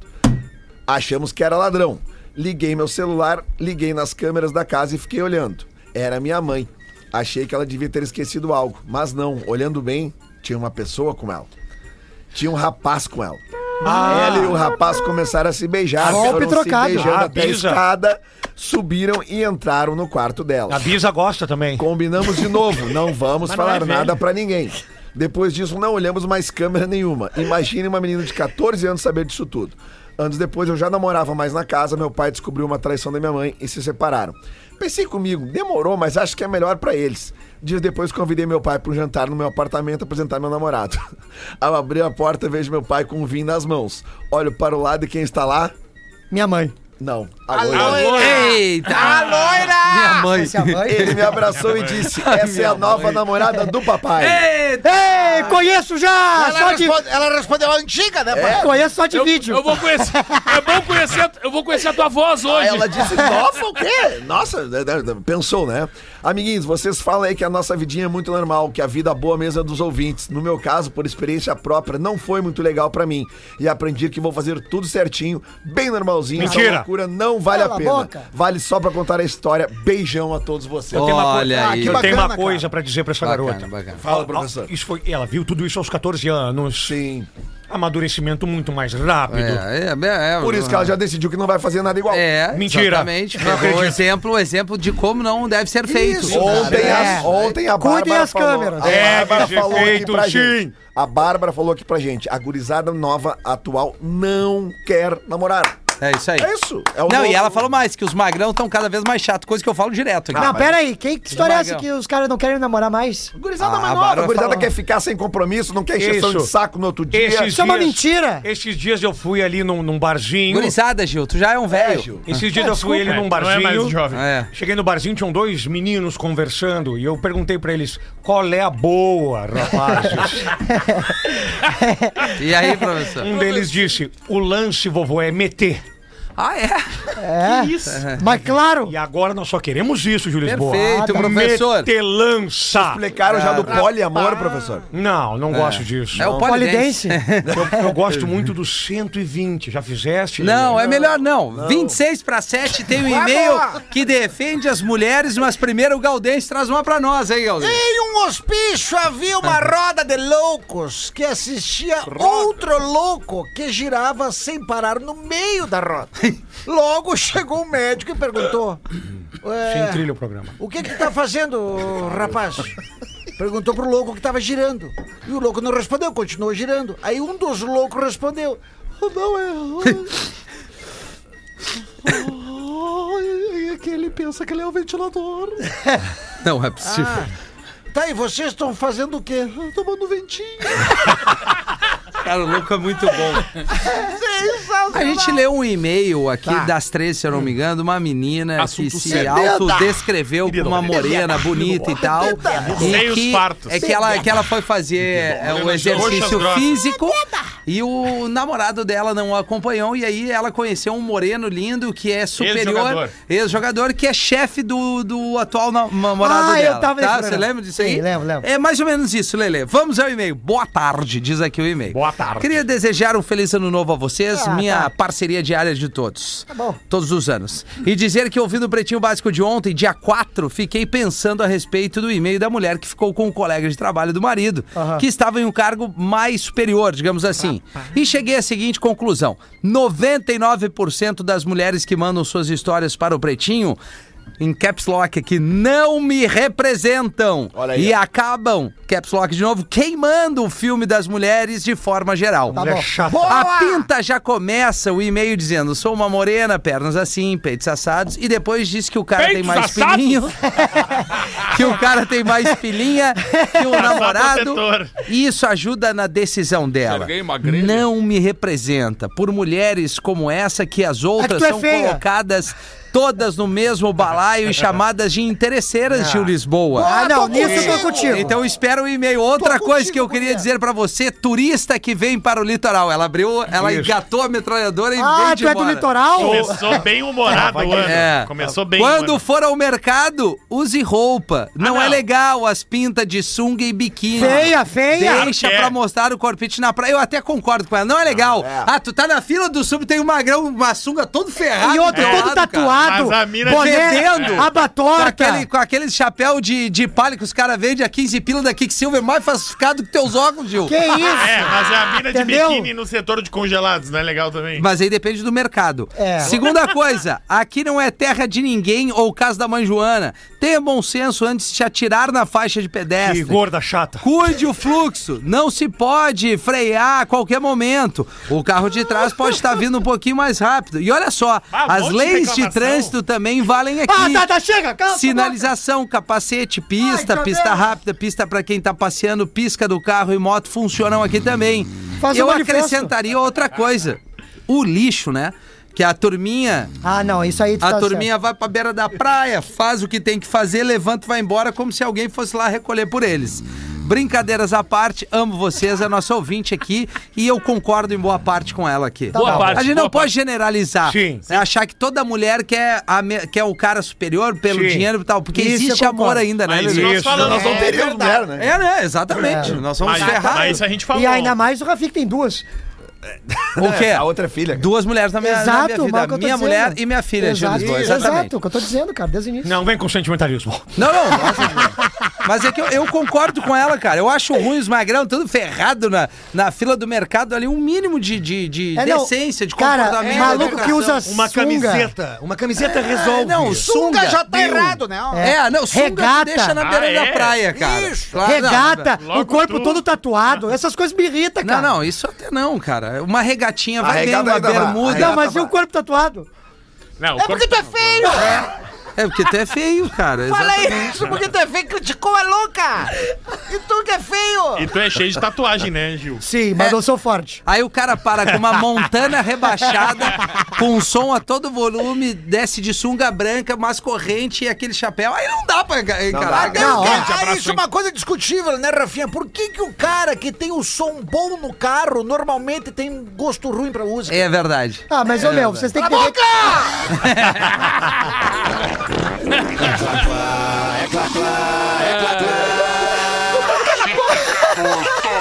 Speaker 4: Achamos que era ladrão. Liguei meu celular, liguei nas câmeras da casa e fiquei olhando. Era minha mãe. Achei que ela devia ter esquecido algo, mas não, olhando bem, tinha uma pessoa com ela. Tinha um rapaz com ela.
Speaker 8: Ah.
Speaker 4: Ela e o rapaz começaram a se beijar,
Speaker 8: Golpe
Speaker 4: foram
Speaker 8: trocado.
Speaker 4: se beijando
Speaker 8: Ah,
Speaker 4: até a
Speaker 8: beija.
Speaker 4: escada, subiram e entraram no quarto dela.
Speaker 6: A Bisa gosta também.
Speaker 4: Combinamos de novo, não vamos
Speaker 6: Mas não
Speaker 4: falar
Speaker 6: é velho.
Speaker 4: nada pra ninguém. Depois disso, não olhamos mais câmera nenhuma. Imagine uma menina de 14 anos saber disso tudo. Anos depois, eu já namorava mais na casa, meu pai descobriu uma traição da minha mãe e se separaram. Pensei comigo, demorou, mas acho que é melhor pra eles. Dias depois, convidei meu pai para um jantar no meu apartamento apresentar meu namorado. Ao abrir a porta, vejo meu pai com um vinho nas mãos. Olho para o lado e quem está lá?
Speaker 7: Minha mãe.
Speaker 4: Não.
Speaker 7: A loira.
Speaker 3: Eita!
Speaker 7: A
Speaker 9: loira!
Speaker 3: Minha mãe.
Speaker 7: Essa é a mãe?
Speaker 4: Ele me abraçou e disse: Essa é a nova namorada do papai.
Speaker 7: Ei, conheço já!
Speaker 9: Ela,
Speaker 7: só de...
Speaker 9: responde- ela respondeu a antiga, né?
Speaker 3: É.
Speaker 9: pai?
Speaker 7: Conheço só de
Speaker 5: Eu,
Speaker 7: vídeo.
Speaker 5: eu vou conhecer. É bom conhecer. a- Eu vou conhecer a tua voz
Speaker 9: Ah,
Speaker 4: Aí
Speaker 5: hoje.
Speaker 4: ela disse, nossa, o quê? Nossa, né, né, pensou, né? Amiguinhos, vocês falam aí que a nossa vidinha é muito normal, que a vida boa mesmo é dos ouvintes. No meu caso, por experiência própria, não foi muito legal pra mim. E aprendi que vou fazer tudo certinho, bem normalzinho.
Speaker 6: Mentira.
Speaker 4: Essa loucura não vale
Speaker 7: Cala
Speaker 4: a
Speaker 7: a
Speaker 4: pena.
Speaker 7: boca.
Speaker 4: Vale só pra contar a história. Beijão a todos vocês.
Speaker 6: tenho uma coisa-
Speaker 3: Olha
Speaker 8: Ah,
Speaker 3: aí.
Speaker 8: que
Speaker 6: Eu tenho uma
Speaker 8: Bacana,
Speaker 6: coisa pra dizer pra essa
Speaker 3: Bacana,
Speaker 6: garota.
Speaker 3: bacana.
Speaker 4: Fala,
Speaker 6: Ó, ó,
Speaker 4: professor.
Speaker 6: Isso foi, ela viu tudo isso aos 14 anos.
Speaker 4: Sim.
Speaker 6: Amadurecimento muito mais rápido.
Speaker 3: É, é, é,
Speaker 4: Por isso que ela já decidiu que não vai fazer nada igual.
Speaker 3: É,
Speaker 6: Mentira.
Speaker 3: exatamente.
Speaker 6: Não
Speaker 3: Pegou
Speaker 6: acredito.
Speaker 3: o exemplo, o exemplo de como não deve ser feito.
Speaker 7: Isso,
Speaker 4: Ontem,
Speaker 7: É.
Speaker 4: a, ontem a Bárbara
Speaker 7: Cuidem as
Speaker 4: falou,
Speaker 7: câmeras.
Speaker 4: A
Speaker 6: É,
Speaker 4: Bárbara
Speaker 6: Virgínia,
Speaker 4: falou aqui
Speaker 6: feito,
Speaker 4: pra
Speaker 6: sim.
Speaker 4: gente. A Bárbara falou aqui pra gente. A gurizada nova atual não quer namorar.
Speaker 3: É isso aí.
Speaker 4: É isso. É o
Speaker 3: não,
Speaker 4: novo-
Speaker 3: e ela falou mais, que os magrão estão cada vez mais chatos, coisa que eu falo direto aqui.
Speaker 7: Não, pera aí. Que, que história é essa
Speaker 3: Magrão.
Speaker 7: que os caras não querem namorar mais?
Speaker 4: Gurizada
Speaker 3: Ah,
Speaker 4: mais
Speaker 3: a
Speaker 4: nova.
Speaker 3: Bárbara
Speaker 4: A gurizada
Speaker 3: falou.
Speaker 4: quer ficar sem compromisso, não quer encheção
Speaker 6: Isso.
Speaker 4: de saco no outro dia.
Speaker 6: Esses
Speaker 7: Isso é uma
Speaker 6: dias-
Speaker 7: mentira.
Speaker 6: Esses dias eu fui ali num, num barzinho.
Speaker 3: Gurizada, Gil, tu já é um velho.
Speaker 6: Esses dias eu fui ali
Speaker 10: É,
Speaker 6: num
Speaker 10: Não é mais
Speaker 6: um barzinho.
Speaker 10: jovem.
Speaker 3: É.
Speaker 6: Cheguei no barzinho, tinham dois meninos conversando e eu perguntei pra eles qual é a boa, rapazes.
Speaker 3: E aí, professor?
Speaker 6: um deles disse: o lance, vovô, é meter.
Speaker 3: Ah, é?
Speaker 7: Mas claro.
Speaker 6: E agora nós só queremos isso, Júlio Lisboa. Ah, tá.
Speaker 3: Perfeito, professor.
Speaker 6: Meter lança.
Speaker 4: Explicaram já do poliamor, professor.
Speaker 6: Não, não gosto disso.
Speaker 3: É o polidense.
Speaker 7: Polidense.
Speaker 6: eu, eu gosto muito do 120. Já fizeste?
Speaker 3: Não, é melhor não. 26 para 7 tem um e-mail que defende as mulheres, mas primeiro o Galdense traz uma pra nós, hein, Galdense?
Speaker 9: Em um hospício havia uma roda de loucos que assistia outro louco que girava sem parar no meio da roda. Logo chegou um médico e perguntou: "É, "Ué,
Speaker 3: é
Speaker 6: Sem é trilha o programa.
Speaker 9: O que que tá fazendo, rapaz? Perguntou pro louco que tava girando. E o louco não respondeu, continuou girando. Aí um dos loucos respondeu: "Oh, Não é.
Speaker 8: Ai, é que ele pensa que ele é o ventilador.
Speaker 3: Não é possível.
Speaker 9: Tá, e vocês estão fazendo o quê? Tomando ventinho.
Speaker 3: Cara, o louco é muito bom. A gente leu um e-mail aqui das três, se eu não me engano, de uma menina que
Speaker 10: Tá. Assunto
Speaker 3: se
Speaker 10: sério.
Speaker 3: autodescreveu como uma morena bonita e tal.
Speaker 10: Sem
Speaker 3: E
Speaker 10: os
Speaker 3: que,
Speaker 10: fartos.
Speaker 3: é que ela, que ela foi fazer é, um
Speaker 10: Morena
Speaker 3: exercício
Speaker 10: roxas grossas.
Speaker 3: físico e o namorado dela não a acompanhou. E aí ela conheceu um moreno lindo que é superior,
Speaker 10: Ex-jogador.
Speaker 3: ex-jogador, que é chefe do, do atual na- namorado
Speaker 7: Ah, eu
Speaker 3: dela.
Speaker 7: tava nesse
Speaker 3: tá? Você
Speaker 7: programa.
Speaker 3: lembra disso aí?
Speaker 7: Sim, lembro, lembro.
Speaker 3: É mais ou menos isso, Lele. Vamos ao e-mail. Boa tarde, diz aqui o e-mail.
Speaker 6: Boa tarde.
Speaker 3: Queria desejar um feliz ano novo a vocês,
Speaker 7: Ah,
Speaker 3: minha
Speaker 7: tá.
Speaker 3: parceria diária de todos. Tá
Speaker 7: bom.
Speaker 3: Todos os anos. E dizer que ouvindo o Pretinho Básico de ontem, dia 4, fiquei pensando a respeito do e-mail da mulher que ficou com o colega de trabalho do marido, que estava em um cargo mais superior, digamos assim. E cheguei à seguinte conclusão: 99% das mulheres que mandam suas histórias para o Pretinho em caps lock aqui, não me representam.
Speaker 4: Olha aí,
Speaker 3: e
Speaker 4: ó.
Speaker 3: acabam, caps lock de novo, queimando o filme das mulheres de forma geral.
Speaker 6: Mulher chata.
Speaker 3: A Pinta já começa o e-mail dizendo: sou uma morena, pernas assim, peitos assados, e depois diz que o cara tem
Speaker 5: Peitos
Speaker 3: mais
Speaker 5: assados?
Speaker 3: pininho. que o cara tem mais filhinha que o namorado. E isso ajuda na decisão dela.
Speaker 5: Enxerguei uma grelha.
Speaker 3: Não me representa. Por mulheres como essa que as outras
Speaker 7: tu é
Speaker 3: são
Speaker 7: feia.
Speaker 3: colocadas todas no mesmo balaio e chamadas de interesseiras, Gil Lisboa.
Speaker 7: Ah, não, nisso eu tô contigo.
Speaker 3: Então espera o e-mail. Outra coisa que eu queria dizer pra você, turista que vem para o litoral. Ela abriu, ela
Speaker 6: Isso.
Speaker 3: engatou a metralhadora e
Speaker 7: Ah,
Speaker 3: veio de
Speaker 7: tu é do
Speaker 3: embora.
Speaker 7: litoral?
Speaker 10: Começou bem humorado o ano.
Speaker 3: É.
Speaker 10: Começou bem
Speaker 3: Quando
Speaker 10: o ano.
Speaker 3: for ao mercado, use roupa. Não, é
Speaker 10: não.
Speaker 3: legal as pintas de sunga e biquíni.
Speaker 7: Feia,
Speaker 3: Deixa
Speaker 7: feia.
Speaker 10: Claro que é.
Speaker 3: pra mostrar o corpite na praia. Eu até concordo com ela. Não é legal. Ah, tu tá na fila do sub, tem um magrão, uma sunga todo ferrado.
Speaker 7: E outro, todo
Speaker 3: ferrado, Tá cara.
Speaker 7: tatuado.
Speaker 10: Mas a mina
Speaker 3: fedendo.
Speaker 7: Boné, aba
Speaker 3: Com
Speaker 7: torta.
Speaker 3: aquele, com aquele chapéu de, de palha que os caras vendem a 15 pila da Kicksilver, mais falsificado que teus óculos, Gil.
Speaker 7: Que isso?
Speaker 3: Ah,
Speaker 10: É, mas é a mina de
Speaker 7: Entendeu?
Speaker 10: biquíni no setor de congelados, não é legal também?
Speaker 3: Mas aí depende do mercado.
Speaker 7: É.
Speaker 3: Segunda coisa, aqui não é terra de ninguém ou casa da mãe Joana. Tenha bom senso antes de te atirar na faixa de
Speaker 6: Que
Speaker 3: pedestre.
Speaker 6: gorda chata.
Speaker 3: Cuide o fluxo, não se pode frear a qualquer momento. O carro de trás pode estar vindo um pouquinho mais rápido. E olha só,
Speaker 10: Ah, um
Speaker 3: as
Speaker 10: monte de
Speaker 3: leis de
Speaker 10: reclamação.
Speaker 3: trânsito também valem aqui.
Speaker 7: Ah, tá, tá, chega. Calma,
Speaker 3: Sinalização, capacete, pista,
Speaker 7: Ai,
Speaker 3: pista
Speaker 7: cabelo.
Speaker 3: rápida, pista pra quem tá passeando, pisca do carro e moto funcionam aqui também.
Speaker 7: Faz um
Speaker 3: Eu
Speaker 7: manifesto.
Speaker 3: acrescentaria outra coisa: o lixo, né? Que a turminha,
Speaker 7: Ah, não, isso aí tu
Speaker 3: a
Speaker 7: tá
Speaker 3: turminha vai pra beira da praia, faz o que tem que fazer, levanta e vai embora, como se alguém fosse lá recolher por eles. Brincadeiras à parte, amo vocês, é nossa ouvinte aqui e eu concordo em boa parte com ela aqui.
Speaker 10: Boa
Speaker 3: Tá.
Speaker 10: parte,
Speaker 3: A gente
Speaker 10: boa
Speaker 3: não pode generalizar.
Speaker 6: Sim.
Speaker 3: né? Achar que toda mulher quer, a me- quer o cara superior pelo
Speaker 6: Sim.
Speaker 3: dinheiro e tal, porque
Speaker 7: Isso eu
Speaker 3: existe amor
Speaker 7: concordo.
Speaker 3: ainda, né,
Speaker 10: Mas
Speaker 3: Lelê?
Speaker 10: nós falamos,
Speaker 4: Nós não
Speaker 10: é
Speaker 4: teríamos
Speaker 10: verdade.
Speaker 4: mulher, né?
Speaker 3: É, né? Exatamente. Nós somos
Speaker 10: Mas, mas
Speaker 3: ferrados.
Speaker 10: isso a gente
Speaker 7: certo.
Speaker 10: falou.
Speaker 7: E ainda mais o Rafinha que tem duas.
Speaker 3: O quê?
Speaker 4: A outra é filha. cara.
Speaker 3: Duas mulheres na minha, na minha
Speaker 7: Exato,
Speaker 3: vida.
Speaker 7: mal que eu tô
Speaker 3: Minha
Speaker 7: dizendo.
Speaker 3: mulher e minha filha, Gil
Speaker 7: Exato,
Speaker 3: Lisboa,
Speaker 7: exato,
Speaker 3: exatamente.
Speaker 7: o que eu tô dizendo, cara, desde o início.
Speaker 6: Não vem com sentimentalismo.
Speaker 3: Não, não. nossa, gente. Mas é que eu, eu concordo com ela, cara. Eu acho ruim os magrão, tudo ferrado na, na fila do mercado ali. Um mínimo de, de, de
Speaker 7: É, não.
Speaker 3: decência, de
Speaker 7: Cara,
Speaker 3: comportamento.
Speaker 7: maluco que
Speaker 3: educação.
Speaker 7: usa
Speaker 8: Uma
Speaker 7: sunga.
Speaker 8: camiseta. Uma camiseta resolve.
Speaker 3: Não, sunga.
Speaker 9: já tá errado, né?
Speaker 3: É, não, sunga
Speaker 7: Regata.
Speaker 3: deixa na beira
Speaker 10: Ah, é?
Speaker 3: da praia, cara.
Speaker 9: Isso.
Speaker 3: Claro, não,
Speaker 7: Regata,
Speaker 10: Logo
Speaker 7: o corpo
Speaker 10: tu.
Speaker 7: todo tatuado. Essas coisas me irritam,
Speaker 3: Não,
Speaker 7: cara.
Speaker 3: não, isso até não, cara. Uma regatinha vai bem,
Speaker 4: regata
Speaker 3: uma
Speaker 4: ainda vai.
Speaker 3: bermuda.
Speaker 7: Não, mas e o corpo tatuado?
Speaker 10: Não, o
Speaker 9: É
Speaker 10: corpo-
Speaker 9: porque tu é feio!
Speaker 3: É porque tu é feio, cara.
Speaker 9: Fala
Speaker 3: exatamente.
Speaker 9: isso, porque tu é feio, criticou, é louca! E tu que é feio!
Speaker 10: E tu é cheio de tatuagem, né, Gil?
Speaker 7: Sim, mas
Speaker 3: É.
Speaker 7: eu sou forte.
Speaker 3: Aí o cara para com uma montana rebaixada, com um som a todo volume, desce de sunga branca, mas corrente e aquele chapéu. Aí não dá pra enca- encarar.
Speaker 9: Até
Speaker 3: cara.
Speaker 9: o
Speaker 10: grande
Speaker 9: cara, ah,
Speaker 10: abraço,
Speaker 9: isso é
Speaker 10: hein?
Speaker 9: uma coisa discutível, né, Rafinha? Por que, que o cara que tem o som bom no carro normalmente tem gosto ruim pra música?
Speaker 3: É verdade.
Speaker 7: Ah, mas, ô, meu, vocês têm que entender que-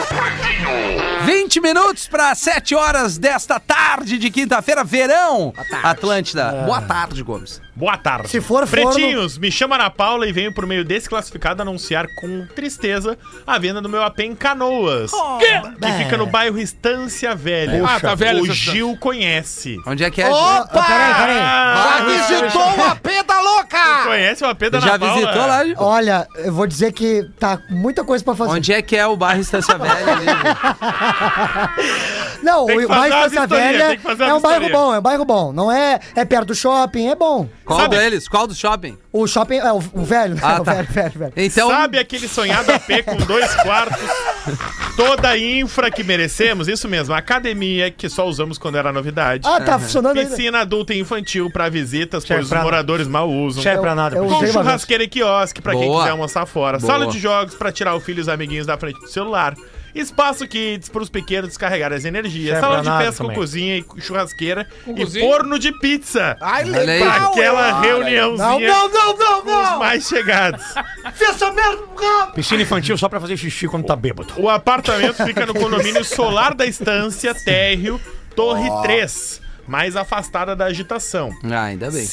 Speaker 1: Pretinho.
Speaker 3: 20 minutos para 7 horas desta tarde de quinta-feira, verão. Atlântida. Boa tarde, Gomes.
Speaker 10: Boa tarde.
Speaker 7: Se for, for no-
Speaker 10: Pretinhos, me chama Ana Paula e venho por meio desse classificado anunciar com tristeza a venda do meu AP em Canoas. que que fica no bairro Estância Velha.
Speaker 5: Ah, tá velho
Speaker 10: o
Speaker 5: essa
Speaker 10: Gil conhece.
Speaker 3: Onde é que é?
Speaker 9: Opa!
Speaker 7: Peraí, peraí.
Speaker 10: Ah,
Speaker 9: Já visitou o AP da louca!
Speaker 10: Conhece o AP da
Speaker 3: Já
Speaker 10: Ana Paula?
Speaker 3: visitou lá? Gil?
Speaker 7: Olha, eu vou dizer que tá muita coisa pra fazer.
Speaker 3: Onde é que é o bairro Estância Velha? ali, Gil?
Speaker 7: Não,
Speaker 10: Tem que
Speaker 7: o
Speaker 10: fazer
Speaker 7: bairro
Speaker 10: uma
Speaker 7: Praça
Speaker 10: vistoria,
Speaker 7: Velha
Speaker 10: tem que fazer uma
Speaker 7: é um bairro
Speaker 10: vistoria.
Speaker 7: bom, é um bairro bom. Não é, é perto do shopping, é bom.
Speaker 3: Qual
Speaker 10: Sabe-
Speaker 3: deles? Qual do shopping?
Speaker 7: O shopping, é o, o velho, né?
Speaker 3: Ah,
Speaker 7: o
Speaker 3: tá.
Speaker 7: velho, velho, velho.
Speaker 3: Então,
Speaker 10: Sabe aquele sonhado AP com dois quartos? Toda a infra que merecemos? Isso mesmo, a academia que só usamos quando era novidade.
Speaker 7: Ah, tá funcionando ainda.
Speaker 10: Piscina adulta e infantil pra visitas,
Speaker 6: Chefe
Speaker 10: pois os
Speaker 6: pra-
Speaker 10: moradores mal usam.
Speaker 6: Serve é pra nada.
Speaker 7: eu
Speaker 10: Com
Speaker 6: Pretinho.
Speaker 7: usei uma vez.
Speaker 10: churrasqueira e quiosque pra quem
Speaker 3: Boa.
Speaker 10: quiser almoçar fora.
Speaker 3: Boa.
Speaker 10: Sala de jogos pra tirar o filho e os amiguinhos da frente do celular. Espaço kids pros pequenos descarregar as energias.
Speaker 6: Serve
Speaker 10: Sala
Speaker 6: pra
Speaker 10: de
Speaker 6: nada
Speaker 10: festa com
Speaker 6: também.
Speaker 10: cozinha e churrasqueira. e
Speaker 5: cozinha?
Speaker 10: forno de pizza.
Speaker 9: Ai,
Speaker 3: Olha aí.
Speaker 10: Pra
Speaker 9: legal!
Speaker 10: aquela
Speaker 7: Ah, Não,
Speaker 10: reuniãozinha
Speaker 7: não, não, não,
Speaker 10: com os
Speaker 7: não!
Speaker 10: mais chegados.
Speaker 9: Pensa mesmo, cara!
Speaker 6: Piscina infantil só pra fazer xixi quando tá bêbado.
Speaker 10: O apartamento fica no condomínio Solar da Estância, térreo, Torre 3. Mais afastada da agitação.
Speaker 3: Ah, ainda bem.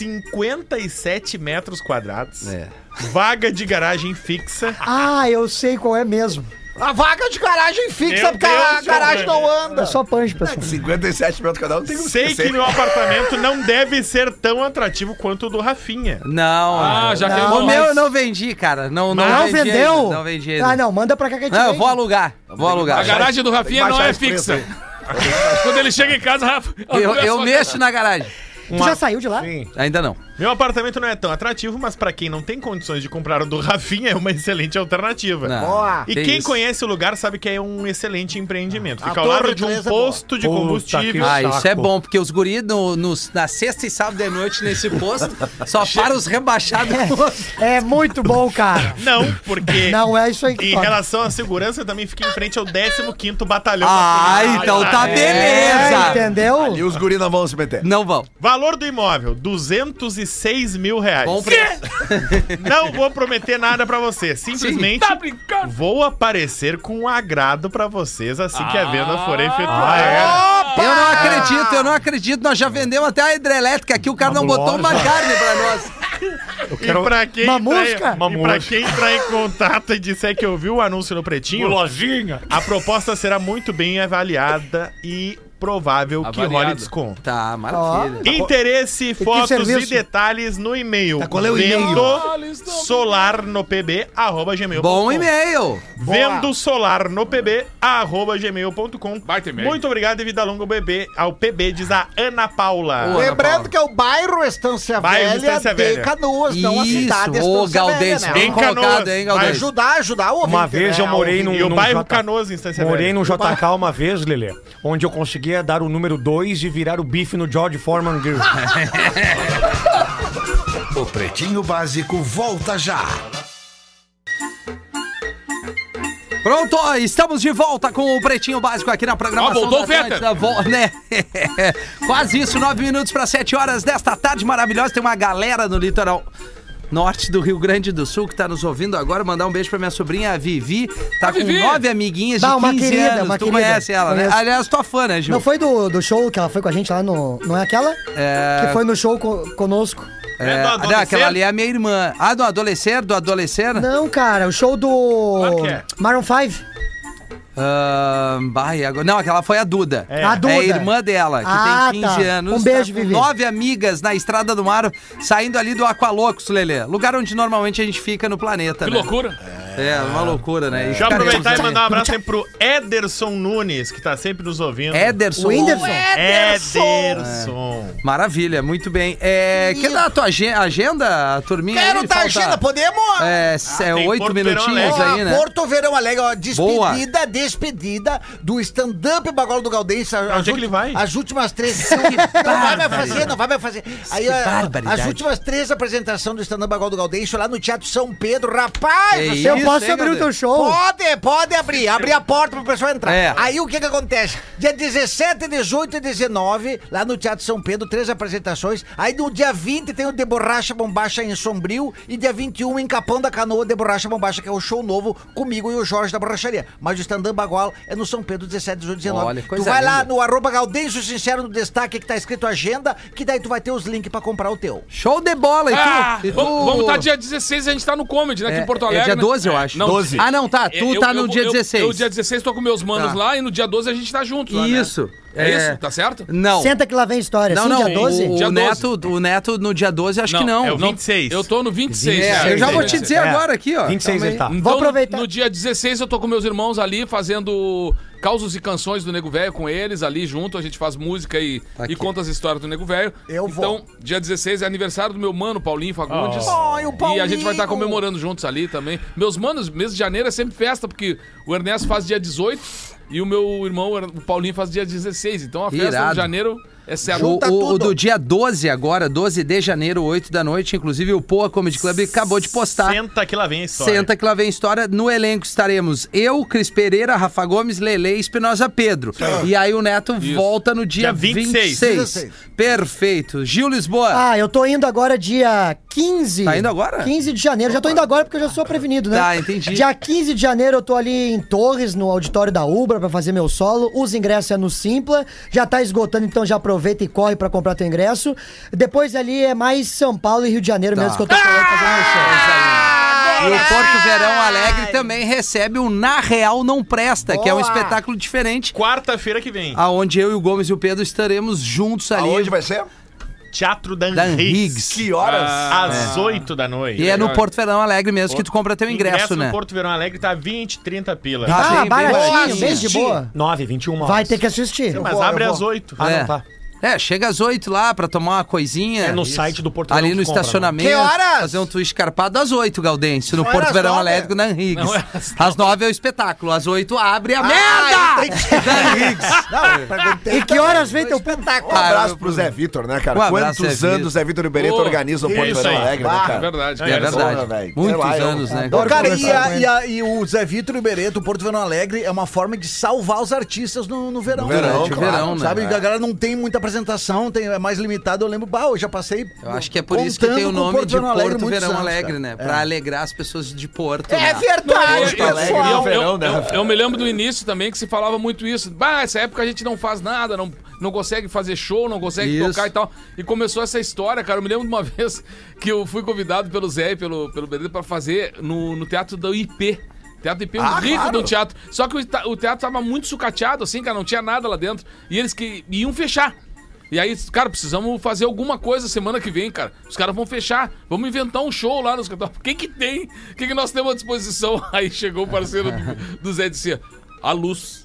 Speaker 10: 57 metros quadrados.
Speaker 3: É.
Speaker 10: Vaga de garagem fixa.
Speaker 7: Ah, eu sei qual é mesmo.
Speaker 9: A vaga de garagem fixa,
Speaker 10: Meu
Speaker 9: porque a
Speaker 10: Deus,
Speaker 9: garagem
Speaker 10: Giovanni.
Speaker 9: não anda.
Speaker 7: É só punch, pessoal.
Speaker 4: 57 metros cada um, não tem como
Speaker 10: Sei que
Speaker 4: esquecer.
Speaker 10: meu apartamento não deve ser tão atrativo quanto o do Rafinha.
Speaker 3: Não. é.
Speaker 5: Ah, já
Speaker 3: o
Speaker 5: queimou.
Speaker 3: meu eu não vendi, cara. Não, não,
Speaker 7: Não
Speaker 3: vendi
Speaker 7: Ah, vendeu?
Speaker 3: ainda, não vendi ainda.
Speaker 7: Ah, não, manda pra cá que a gente
Speaker 3: Não, eu
Speaker 7: vende.
Speaker 3: vou alugar. Vou
Speaker 5: A
Speaker 3: alugar.
Speaker 5: garagem do Rafinha
Speaker 4: Tem que
Speaker 5: não
Speaker 4: baixar
Speaker 5: é
Speaker 4: esse preço
Speaker 5: fixa. Quando ele chega em casa, Rafa.
Speaker 3: Eu,
Speaker 5: olha
Speaker 3: eu
Speaker 5: só,
Speaker 3: mexo na garagem.
Speaker 7: Tu já saiu de lá?
Speaker 6: Sim.
Speaker 3: Ainda não.
Speaker 10: Meu apartamento não é tão atrativo, mas pra quem não tem condições de comprar o do Rafinha, é uma excelente alternativa.
Speaker 3: Não, Boa.
Speaker 10: E
Speaker 3: tem
Speaker 10: quem
Speaker 3: isso.
Speaker 10: conhece o lugar sabe que é um excelente empreendimento.
Speaker 9: A
Speaker 10: Fica ao lado
Speaker 9: Torre
Speaker 10: de um
Speaker 9: Três é boa.
Speaker 10: posto de
Speaker 6: Puta que
Speaker 10: combustível.
Speaker 3: Ah, isso é
Speaker 6: saco.
Speaker 3: bom, porque os guris no, nos- na sexta e sábado de noite nesse posto só para os rebaixados.
Speaker 7: É muito bom, cara.
Speaker 10: Não, porque
Speaker 7: Não é isso aí que
Speaker 10: em
Speaker 7: fala.
Speaker 10: relação à segurança, eu também fica em frente ao 15º Batalhão. da
Speaker 3: Ah,
Speaker 10: Polícia
Speaker 3: então tá
Speaker 10: Militar.
Speaker 7: É,
Speaker 3: beleza.
Speaker 7: entendeu?
Speaker 4: E os guris não vão se meter.
Speaker 3: Não vão.
Speaker 10: Valor do imóvel, 206 mil reais.
Speaker 3: Bom preço.
Speaker 10: Não vou prometer nada pra você. Simplesmente
Speaker 5: Tá brincando?
Speaker 10: vou aparecer com um agrado pra vocês assim que a venda for
Speaker 5: Ah,
Speaker 3: Ah.
Speaker 5: é?
Speaker 10: efetuada.
Speaker 9: Opa!
Speaker 3: Eu não acredito, eu não acredito. Nós já vendemos até a hidrelétrica aqui, o cara não botou uma carne pra nós. é?
Speaker 10: E pra quem
Speaker 7: Uma
Speaker 10: entrar em-
Speaker 7: mosca?
Speaker 10: E pra quem entrar em contato e disser que ouviu o anúncio no Pretinho,
Speaker 6: Lojinha.
Speaker 10: a proposta será muito bem avaliada e provável que
Speaker 5: Avaliada.
Speaker 10: role desconto.
Speaker 3: Tá, maravilha.
Speaker 10: Interesse, fotos e
Speaker 7: serviço?
Speaker 10: detalhes no e-mail.
Speaker 8: Tá, qual é o e-mail?
Speaker 10: Vendo solarnopb@gmail.com.
Speaker 3: Bom e-mail.
Speaker 10: Vendo solar no pb, arroba gmail.com.
Speaker 5: Baita e-mail.
Speaker 10: Muito obrigado e vida longa ao PB, ao PB, diz a Ana Paula.
Speaker 3: Boa, Ana
Speaker 9: Lembrando
Speaker 3: Paula.
Speaker 9: que é o bairro Estância
Speaker 10: Bairro
Speaker 9: Velha
Speaker 10: Estância
Speaker 9: de
Speaker 10: Velha.
Speaker 9: Canoas, não a cidade
Speaker 3: Isso, ô
Speaker 9: Estância
Speaker 3: Galdês,
Speaker 9: Velha,
Speaker 10: Bem
Speaker 3: bem
Speaker 9: né?
Speaker 10: Canoas,
Speaker 3: colocado, hein,
Speaker 9: Vai
Speaker 3: Galdês?
Speaker 9: ajudar, ajudar
Speaker 7: um
Speaker 9: o ouvinte,
Speaker 6: Uma vez
Speaker 9: né?
Speaker 6: eu morei
Speaker 9: O
Speaker 6: num.
Speaker 10: E É, o
Speaker 6: num
Speaker 10: bairro
Speaker 6: J-
Speaker 10: Canoas, em Instância
Speaker 6: Morei
Speaker 10: Velha.
Speaker 6: num JK uma vez, Lelê, onde eu conseguia dar o número 2 e virar o bife no George Foreman Grill.
Speaker 2: O Pretinho Básico volta já.
Speaker 3: Pronto, ó, estamos de volta com o Pretinho Básico aqui na programação.
Speaker 5: Ó, Ah, voltou
Speaker 3: da
Speaker 5: o Fetter.
Speaker 3: Atlântida. Vo- né? Quase isso, nove minutos para sete horas desta tarde maravilhosa. Tem uma galera no litoral norte do Rio Grande do Sul que tá nos ouvindo agora. Mandar um beijo pra minha sobrinha, a Vivi. Tá com
Speaker 5: Vivi.
Speaker 3: nove amiguinhas de
Speaker 7: Bah, uma
Speaker 3: 15
Speaker 7: querida,
Speaker 3: anos.
Speaker 7: uma
Speaker 3: tu
Speaker 7: querida.
Speaker 3: conhece ela, né?
Speaker 7: Conheço.
Speaker 3: Aliás, tua fã, né, Gil?
Speaker 7: Não foi do, do show que ela foi com a gente lá no. Não é aquela?
Speaker 3: É.
Speaker 7: Que foi no show co- conosco.
Speaker 3: É,
Speaker 10: do
Speaker 3: não,
Speaker 10: adolescer?
Speaker 3: aquela ali é a minha irmã. Ah, do adolescer, do adolescer?
Speaker 7: Não, cara, o show do.
Speaker 10: Claro que é.
Speaker 7: Maroon 5.
Speaker 3: Ah, bah, e agora- Não, aquela foi a Duda.
Speaker 7: É. A Duda.
Speaker 3: É a irmã dela, que
Speaker 7: Ah,
Speaker 3: tem 15
Speaker 7: tá.
Speaker 3: anos.
Speaker 7: Um beijo,
Speaker 3: com
Speaker 7: Vivi.
Speaker 3: Nove amigas na Estrada do Mar, saindo ali do Aqualocos, Lelê. Lugar onde normalmente a gente fica no planeta,
Speaker 5: Que
Speaker 3: né?
Speaker 5: loucura.
Speaker 3: É, uma loucura, né? E,
Speaker 10: Já
Speaker 3: cara,
Speaker 10: aproveitar
Speaker 3: eu-
Speaker 10: e mandar um abraço sempre pro Ederson Nunes, que tá sempre nos
Speaker 5: um-
Speaker 10: ouvindo.
Speaker 3: Ederson.
Speaker 7: O Whindersson.
Speaker 10: Ederson.
Speaker 3: Maravilha, muito bem. É, quer dar a tua agen- agenda, a turminha?
Speaker 9: Quero
Speaker 3: aí?
Speaker 9: tá
Speaker 3: Falta-
Speaker 9: agenda, podemos?
Speaker 5: Ah,
Speaker 3: É, s- é
Speaker 10: tem
Speaker 3: oito
Speaker 10: Porto Verão
Speaker 3: minutinhos
Speaker 9: Ó,
Speaker 10: Alegre.
Speaker 3: aí, né?
Speaker 9: Porto Verão Alegre, ó,
Speaker 3: Boa.
Speaker 9: despedida, despedida do stand-up Bagola do Galdense. As
Speaker 10: onde é que
Speaker 9: ulti-
Speaker 10: ele vai?
Speaker 9: As últimas três. são- não vai me fazer, não vai me fazer. Aí,
Speaker 3: Que
Speaker 9: ó,
Speaker 3: barbaridade.
Speaker 9: as últimas três apresentações do stand-up Bagola do Galdense lá no Teatro São Pedro. Rapaz,
Speaker 3: É
Speaker 9: você
Speaker 3: isso,
Speaker 7: Eu posso
Speaker 3: hein,
Speaker 7: abrir o
Speaker 3: Galdês?
Speaker 7: teu show?
Speaker 9: Pode, pode abrir. Abrir a porta pro pessoal entrar.
Speaker 3: É.
Speaker 9: Aí o que que acontece? Dia 17, 18 e 19, lá no Teatro São Pedro, três apresentações. Aí no dia 20 tem o De Borracha Bombacha em Sombrio e dia 21 em Capão da Canoa De Borracha Bombacha, que é o show novo comigo e o Jorge da Borracharia. Mas o Stand Up Bagual é no São Pedro, 17, 18 e 19.
Speaker 3: Olha,
Speaker 9: tu
Speaker 3: coisa
Speaker 9: vai lá
Speaker 3: linda.
Speaker 9: no arroba Gaudêncio Sincero no destaque que tá escrito agenda, que daí tu vai ter os links pra comprar o teu.
Speaker 3: Show de bola, e tu?
Speaker 5: Ah,
Speaker 3: e tu? É,
Speaker 5: vamos vamos tá dia 16 a gente tá no Comedy, né? Aqui em Porto Alegre.
Speaker 3: dia
Speaker 5: né?
Speaker 3: 12, eu acho.
Speaker 5: Não,
Speaker 3: 12. Ah, não, tá. Tu
Speaker 5: Eu-
Speaker 3: tá
Speaker 5: eu-
Speaker 3: no
Speaker 5: eu-
Speaker 3: dia
Speaker 5: eu-
Speaker 3: 16.
Speaker 5: Eu, dia 16, tô com meus manos
Speaker 3: Tá.
Speaker 5: lá e no dia 12 a gente tá junto. lá, né?
Speaker 3: Isso.
Speaker 5: É,
Speaker 3: É.
Speaker 5: isso, tá certo?
Speaker 3: Não.
Speaker 7: Senta que lá vem
Speaker 9: É
Speaker 7: história.
Speaker 3: Não,
Speaker 7: Sim,
Speaker 3: não,
Speaker 7: dia 12?
Speaker 3: O,
Speaker 5: Dia 12.
Speaker 3: o neto, o neto no dia 12, acho que não.
Speaker 10: é o
Speaker 5: Não,
Speaker 10: 26.
Speaker 5: Eu tô no 26.
Speaker 3: É,
Speaker 5: cara.
Speaker 3: eu já vou te dizer
Speaker 6: É.
Speaker 3: agora aqui, ó.
Speaker 6: 26 ele tá.
Speaker 5: Então,
Speaker 7: Vou
Speaker 5: no-
Speaker 7: aproveitar.
Speaker 5: No, dia 16 eu tô com meus irmãos ali fazendo causos e canções do Nego Velho com eles ali junto. A gente faz música e,
Speaker 3: Aqui.
Speaker 5: e conta as histórias do Nego Velho.
Speaker 9: Eu vou.
Speaker 5: Então, dia 16 é aniversário do meu mano Paulinho Fagundes.
Speaker 9: Ai, o
Speaker 5: E a gente vai estar
Speaker 9: Paulinho.
Speaker 5: comemorando juntos ali também. Meus manos, mês de janeiro é sempre festa, porque o Ernesto faz dia 18 e o meu irmão, o Paulinho, faz dia 16. Então a festa
Speaker 3: Irado.
Speaker 5: de janeiro é certa.
Speaker 3: O,
Speaker 9: Junta
Speaker 3: o- o
Speaker 9: tudo.
Speaker 3: do dia 12 agora, 12 de janeiro, 8 da noite, inclusive o Poa Comedy Club acabou de postar. Senta,
Speaker 10: Senta que lá vem a história.
Speaker 3: que lá vem história. No elenco estaremos eu, Cris Pereira, Rafa Gomes, Lele e Espinosa Pedro. E aí o Neto volta no dia,
Speaker 10: Dia 26.
Speaker 3: 26. Perfeito. Gil Lisboa.
Speaker 7: Ah, eu tô indo agora dia 15.
Speaker 3: Tá indo agora?
Speaker 7: 15 de janeiro. Já tô indo agora porque eu já sou prevenido, né?
Speaker 3: Tá, entendi.
Speaker 7: Dia 15 de janeiro eu tô ali em Torres, no auditório da Ubra, pra fazer meu solo. Os ingressos é no Simpla. Já tá esgotando, então já aproveita e corre pra comprar teu ingresso. Depois ali é mais São Paulo e Rio de Janeiro
Speaker 3: Tá.
Speaker 7: mesmo que eu tô falando fazer meu um
Speaker 9: Ah,
Speaker 7: show.
Speaker 3: E o Porto Verão Alegre também recebe o Na Real Não Presta, que é um
Speaker 9: Boa.
Speaker 3: espetáculo diferente.
Speaker 10: Quarta-feira que vem.
Speaker 3: Aonde eu e o Gomes e o Pedro estaremos juntos ali.
Speaker 4: Aonde vai ser?
Speaker 10: Teatro da
Speaker 3: Dan
Speaker 10: Henriques.
Speaker 3: Higgs.
Speaker 4: Que
Speaker 10: Ah.
Speaker 4: horas?
Speaker 10: Às 8 da noite.
Speaker 3: E é no Porto Verão Alegre mesmo que tu compra teu ingresso, né?
Speaker 10: no Porto Verão Alegre tá 20, 30 pila.
Speaker 3: Ah,
Speaker 7: Ah,
Speaker 3: bem, bem
Speaker 7: baratinho,
Speaker 3: baratinho.
Speaker 7: bem de boa.
Speaker 6: um 9, 21 horas.
Speaker 7: Vai ter que assistir.
Speaker 10: Mas abre às 8.
Speaker 6: Ah,
Speaker 3: É.
Speaker 6: não, tá.
Speaker 3: É, chega às 8 lá pra tomar uma coisinha.
Speaker 6: É no site do Porto
Speaker 3: Ali
Speaker 6: Verão
Speaker 3: no
Speaker 6: que compra,
Speaker 3: estacionamento.
Speaker 6: né? Que horas?
Speaker 3: Fazer um tu escarpado às 8, Gaudêncio, no
Speaker 6: Não era
Speaker 3: Porto
Speaker 6: às
Speaker 3: Verão
Speaker 6: nove?
Speaker 3: Elétrico, na Riggs.
Speaker 6: Não era
Speaker 3: Às 9 é o espetáculo, às 8 abre a
Speaker 9: Ah,
Speaker 3: merda! Da Riggs.
Speaker 7: E que
Speaker 10: é
Speaker 7: horas vem teu
Speaker 4: Um abraço pro Zé Vitor, né, cara?
Speaker 3: Ah, Um abraço,
Speaker 4: Quantos
Speaker 3: Zé
Speaker 4: anos
Speaker 3: Vitor.
Speaker 4: Zé Vitor e Bereto
Speaker 3: Pô,
Speaker 4: organizam o Porto
Speaker 3: isso
Speaker 4: Verão
Speaker 3: aí.
Speaker 4: Alegre, né,
Speaker 3: Bah,
Speaker 4: cara?
Speaker 5: verdade,
Speaker 3: É verdade. Muitos anos, né?
Speaker 4: Adoro
Speaker 9: Cara, e,
Speaker 4: conversar
Speaker 9: a-
Speaker 4: com ele.
Speaker 9: e a- e o Zé Vitor e o Bereto, o Porto Verão Alegre, é uma forma de salvar os artistas no, no verão.
Speaker 4: No verão,
Speaker 9: Durante o
Speaker 4: claro,
Speaker 9: verão, né? Sabe,
Speaker 4: é.
Speaker 9: a galera não tem muita apresentação, tem, é mais limitado. Eu lembro, bah, eu já passei.
Speaker 3: Eu acho que é por isso que
Speaker 9: contando
Speaker 3: tem o
Speaker 9: com
Speaker 3: nome de Porto
Speaker 9: muitos
Speaker 3: Verão
Speaker 9: anos,
Speaker 3: Alegre,
Speaker 9: cara.
Speaker 3: né?
Speaker 9: É.
Speaker 3: Pra alegrar as pessoas de Porto.
Speaker 9: É
Speaker 3: né?
Speaker 9: verdade,
Speaker 5: Não, eu-
Speaker 9: pessoal.
Speaker 5: eu- eu-
Speaker 4: tá verão, né,
Speaker 5: eu-
Speaker 4: Rafael?
Speaker 5: Eu me lembro do início também que se falava muito isso. Bah, essa época a gente não faz nada, não, não consegue fazer show, não consegue
Speaker 3: Isso.
Speaker 5: tocar e tal. E começou essa história, cara. Eu me lembro de uma vez que eu fui convidado pelo Zé e pelo, pelo Benedito pra fazer no, no teatro do IP. Teatro do IP, um
Speaker 9: Ah,
Speaker 5: rico
Speaker 9: claro.
Speaker 5: do teatro. Só que o, ta- o teatro tava muito sucateado, assim, cara, não tinha nada lá dentro. E eles que iam fechar. E aí, cara, precisamos fazer alguma coisa semana que vem, cara. Os caras vão fechar. Vamos inventar um show lá nos O que que tem? O que que nós temos à disposição? Aí chegou o parceiro do, do Zé e disse... assim, A luz.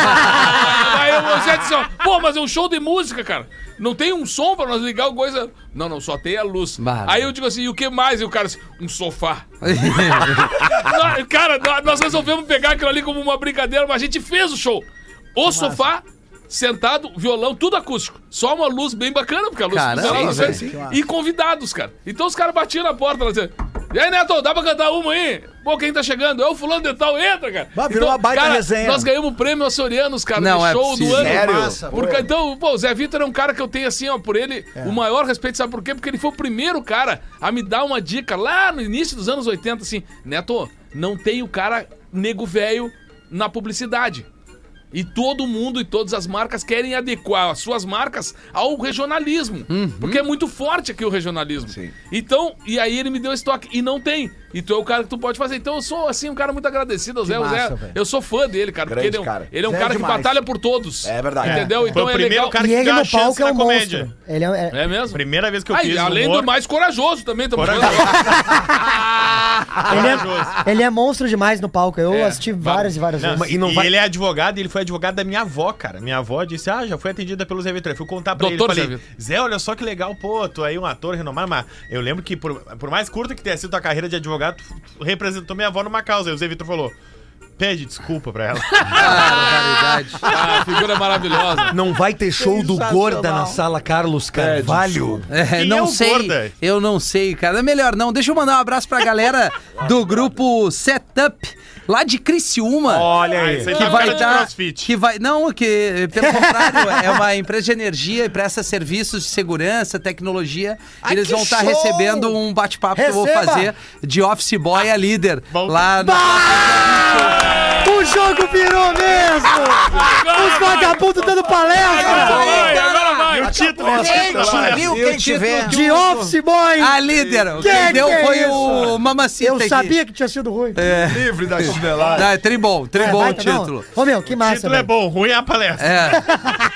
Speaker 5: aí o Zé disse, ó, pô, mas é um show de música, cara. Não tem um som pra nós ligar alguma coisa. Não, não, só tem a luz.
Speaker 3: Bah.
Speaker 5: Aí eu digo assim, e o que mais? E o cara disse, um sofá. Nó- Cara, nó- nós resolvemos pegar aquilo ali como uma brincadeira, mas a gente fez o show. O sofá, sentado, violão, tudo acústico. Só uma luz bem bacana, porque a luz
Speaker 3: Cara,
Speaker 5: funcionava,
Speaker 3: sim,
Speaker 5: não
Speaker 3: sim,
Speaker 5: sei. E convidados, cara. Então os caras batiam na porta lá diziam, e aí, Neto, dá pra cantar uma aí? Pô, quem tá chegando? É o fulano de tal, entra, cara. Então,
Speaker 9: Bah, virou uma baita
Speaker 5: cara,
Speaker 9: resenha. né?
Speaker 5: Nós ganhamos o prêmio Açorianos, cara,
Speaker 3: Não
Speaker 5: no
Speaker 3: é
Speaker 5: show do
Speaker 3: possível.
Speaker 5: ano.
Speaker 4: Sério?
Speaker 9: Massa,
Speaker 5: Por,
Speaker 9: boa.
Speaker 5: então, pô, o Zé Vitor é um cara que eu tenho, assim, ó, por ele,
Speaker 4: É.
Speaker 5: o maior respeito, sabe por quê? Porque ele foi o primeiro cara a me dar uma dica lá no início dos anos 80, assim, Neto, não tem o cara nego velho na publicidade. E todo mundo e todas as marcas querem adequar as suas marcas ao regionalismo.
Speaker 4: Uhum.
Speaker 5: Porque é muito forte aqui o regionalismo. Então, e aí ele me deu esse toque. E não tem. E tu é o cara que tu pode fazer. Então eu sou, assim, um cara muito agradecido ao Zé. O
Speaker 9: massa,
Speaker 5: Zé-
Speaker 9: velho.
Speaker 5: eu sou fã dele, cara.
Speaker 4: Grande
Speaker 5: porque ele é um
Speaker 4: cara.
Speaker 5: cara, ele é um
Speaker 4: Zé é
Speaker 5: cara que
Speaker 4: demais.
Speaker 5: batalha por todos.
Speaker 4: É verdade.
Speaker 5: Entendeu? Então
Speaker 10: Foi
Speaker 5: é
Speaker 10: o primeiro
Speaker 5: legal.
Speaker 10: cara
Speaker 7: E
Speaker 10: que
Speaker 7: ele
Speaker 10: deu a
Speaker 7: no
Speaker 10: chance
Speaker 7: palco é
Speaker 10: na
Speaker 7: um
Speaker 10: comédia.
Speaker 7: monstro. Ele é, é-
Speaker 5: É mesmo?
Speaker 10: Primeira vez que eu
Speaker 5: Ah,
Speaker 10: fiz
Speaker 5: e além
Speaker 10: humor.
Speaker 5: do mais corajoso também, tamo
Speaker 10: Corajoso.
Speaker 5: falando.
Speaker 7: ele é- ele é monstro demais no palco. Eu assisti várias e várias
Speaker 10: É. Não,
Speaker 7: vezes.
Speaker 10: e ele é advogado e ele foi advogado da minha avó, cara. Minha avó disse: Ah, já foi atendida pelo Zé Vitor. Eu fui contar pra
Speaker 5: Doutor
Speaker 10: ele.
Speaker 5: Zé
Speaker 10: Falei, Zé, olha só que legal, pô, tu aí um ator renomado, mas eu lembro que por, por mais curta que tenha sido tua carreira de advogado, tu, tu representou minha avó numa causa. Aí o Zé Vitor falou. Pede desculpa pra ela.
Speaker 5: Ah, figura maravilhosa.
Speaker 6: Não vai ter show do Gorda na sala Carlos Carvalho.
Speaker 3: É,
Speaker 10: Quem
Speaker 3: não
Speaker 10: é o
Speaker 3: sei.
Speaker 10: Gorda?
Speaker 3: Eu não sei, cara. É melhor não. Deixa eu mandar um abraço pra galera do grupo Setup, lá de Criciúma.
Speaker 10: Olha aí. Isso aí
Speaker 3: Que
Speaker 10: tá
Speaker 3: vai
Speaker 10: cara de
Speaker 3: dar.
Speaker 10: crossfit.
Speaker 3: Que vai. Não, que, pelo contrário, é uma empresa de energia e presta serviços de segurança, tecnologia.
Speaker 9: Ai,
Speaker 3: eles
Speaker 9: que
Speaker 3: vão estar
Speaker 9: show!
Speaker 3: recebendo um bate-papo que eu vou
Speaker 7: Receba!
Speaker 3: fazer de office boy a líder.
Speaker 10: Bom.
Speaker 3: Lá no.
Speaker 7: O jogo virou mesmo! Os vagabundos dando palestra!
Speaker 10: Vai,
Speaker 3: Então,
Speaker 10: agora vai. E o título, o título,
Speaker 9: Quem
Speaker 10: né?
Speaker 9: viu, quem tiver.
Speaker 7: De office boy!
Speaker 3: A líder.
Speaker 7: Que
Speaker 3: Quem deu
Speaker 7: que é
Speaker 3: foi
Speaker 7: isso?
Speaker 3: o Mamacita.
Speaker 7: Eu
Speaker 3: aqui.
Speaker 7: sabia que tinha sido ruim.
Speaker 4: Livre da chinelada.
Speaker 3: Ah, é tribom,
Speaker 7: É,
Speaker 3: tribom o
Speaker 7: baita, não.
Speaker 3: título.
Speaker 7: Ô meu, que
Speaker 10: O
Speaker 7: massa.
Speaker 10: título é
Speaker 7: velho.
Speaker 10: bom, ruim é a palestra.
Speaker 3: É.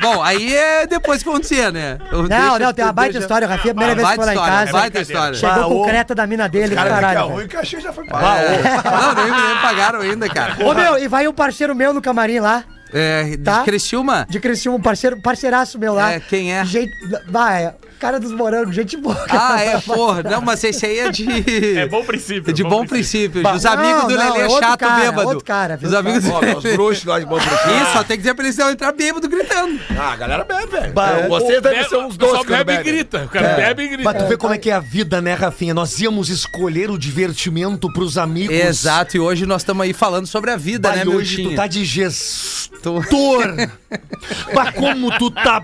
Speaker 3: Bom, aí é depois que acontecer, né? Eu
Speaker 7: Não,
Speaker 3: deixo-
Speaker 7: não, tem uma baita
Speaker 3: deixa-
Speaker 7: história, Rafinha. é A primeira vez que
Speaker 3: Baita
Speaker 7: foi lá em
Speaker 3: história,
Speaker 7: casa.
Speaker 3: baita história.
Speaker 7: Chegou com
Speaker 8: Baú.
Speaker 7: o creta da mina dele,
Speaker 4: Cara, daqui a
Speaker 7: caralho.
Speaker 4: ruim,
Speaker 7: velho.
Speaker 4: o cachê já foi
Speaker 3: Não, nem, nem pagaram ainda, cara.
Speaker 7: Ô meu, e vai um parceiro meu no camarim lá,
Speaker 3: É,
Speaker 7: Tá.
Speaker 3: de Criciúma?
Speaker 7: de Criciúma, um parceiro, parceiraço meu lá.
Speaker 3: É, quem é?
Speaker 7: Gente, vai, é cara dos morangos, gente boa.
Speaker 3: Ah, é, porra. Não, mas esse aí é de...
Speaker 10: É bom princípio.
Speaker 3: É de bom princípio. Os
Speaker 7: Não,
Speaker 3: amigos do
Speaker 7: não,
Speaker 3: Lelê
Speaker 7: é
Speaker 3: é
Speaker 7: outro
Speaker 3: chato
Speaker 7: cara,
Speaker 3: bêbado.
Speaker 7: outro cara, viu?
Speaker 3: Os amigos do
Speaker 4: Nós
Speaker 3: Lelê.
Speaker 4: bruxos, nós bons bruxos.
Speaker 3: Isso, só tem que dizer pra eles não entrar bêbado gritando.
Speaker 4: Ah, a galera bebe, velho.
Speaker 6: Bah,
Speaker 4: Vocês devem
Speaker 5: Bebe-
Speaker 4: ser uns
Speaker 5: só
Speaker 4: dois que não
Speaker 5: bebe e
Speaker 4: bebem.
Speaker 5: grita. O cara bebe e grita.
Speaker 6: Mas tu vê como é que é a vida, né, Rafinha? Nós íamos escolher o divertimento pros amigos.
Speaker 3: Exato, e hoje nós estamos aí falando sobre a vida,
Speaker 6: Bah,
Speaker 3: né,
Speaker 6: e
Speaker 3: meu
Speaker 6: hoje tu tá de gestor. bah, como tu tá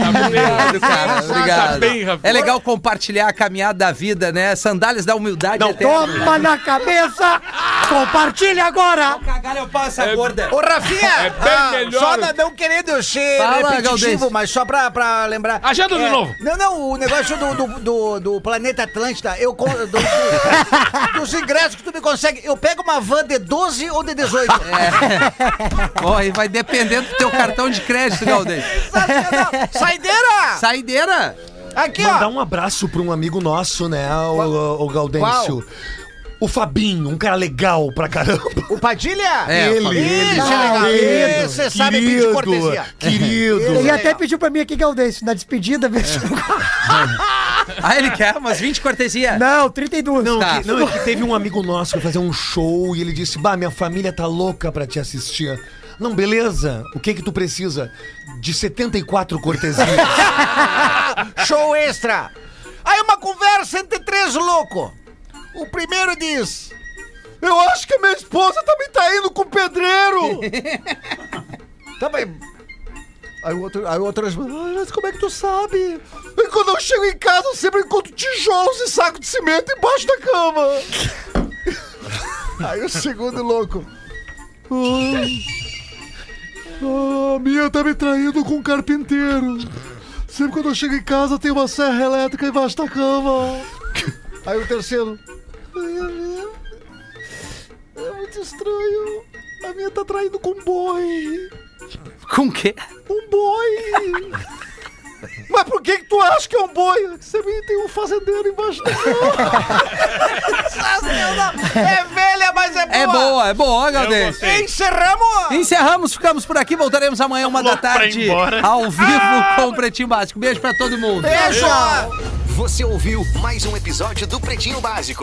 Speaker 3: Obrigado, cara. Obrigado.
Speaker 5: Tá bem, Rafa.
Speaker 3: é legal compartilhar a caminhada da vida, né? Sandálias da humildade não, eterna.
Speaker 7: Toma na cabeça! Compartilha agora!
Speaker 3: Cagalho, eu passo a gorda.
Speaker 9: Ô, Rafinha,
Speaker 5: É bem
Speaker 9: ah,
Speaker 5: melhor.
Speaker 9: só na- não querendo ser
Speaker 3: Fala,
Speaker 9: repetitivo,
Speaker 3: Galdêncio.
Speaker 9: mas só pra, pra lembrar. É,
Speaker 5: Agenda de novo.
Speaker 9: Não, não, o negócio do, do, do- do Planeta Atlântida, eu con- do- do- dos ingressos que tu me consegue, eu pego uma van de 12 ou de 18.
Speaker 3: É. Ó, aí vai dependendo do teu cartão de crédito, Galdês.
Speaker 9: Sensacional. Saideira!
Speaker 3: Saideira!
Speaker 9: Aqui,
Speaker 6: Mandar
Speaker 9: ó.
Speaker 6: um abraço pra um amigo nosso, né, o, o Gaudêncio. O Fabinho, um cara legal pra caramba.
Speaker 9: O Padilha?
Speaker 3: É,
Speaker 6: ele.
Speaker 9: Esse é legal. Esse sabe pedir cortesia.
Speaker 6: Querido.
Speaker 9: Esse
Speaker 7: Ele
Speaker 9: é
Speaker 7: até
Speaker 9: legal.
Speaker 7: pediu pra mim aqui que eu dei isso na despedida, bicho.
Speaker 3: Ah, ele quer umas 20 cortesia.
Speaker 7: Não, 32.
Speaker 6: Não,
Speaker 3: Tá.
Speaker 6: que, não, é que teve um amigo nosso que foi fazer um show e ele disse: Bah, minha família tá louca pra te assistir. Não, beleza. O que que tu precisa? De 74 cortesias.
Speaker 9: Show extra. Aí uma conversa entre três loucos. O primeiro diz... Eu acho que a minha esposa também tá indo com o pedreiro. Tá também...
Speaker 4: Aí o outro, aí o outro responde, "Ah, mas como é que tu sabe?
Speaker 9: E quando eu chego em casa, eu sempre encontro tijolos e saco de cimento embaixo da cama.
Speaker 4: Aí o segundo louco. "Ah, a minha tá me traindo com um carpinteiro. Sempre quando eu chego em casa tem uma serra elétrica embaixo da cama. Aí o terceiro. "Ai, a minha- É muito estranho. A minha tá traindo com um boi.
Speaker 3: Com o quê?
Speaker 4: Um boi! Mas por que, que tu acha que é um boi? Você me- tem um fazendeiro embaixo da cama.
Speaker 9: É velha, mas é boa.
Speaker 3: É boa, é boa, Galdês.
Speaker 10: gostei.
Speaker 9: Encerramos.
Speaker 3: Encerramos, ficamos por aqui, voltaremos amanhã, uma da
Speaker 10: Louco pra ir
Speaker 3: tarde,
Speaker 10: embora.
Speaker 3: ao vivo com o Pretinho Básico. Beijo pra todo mundo.
Speaker 9: Beijo.
Speaker 15: Você ouviu mais um episódio do Pretinho Básico.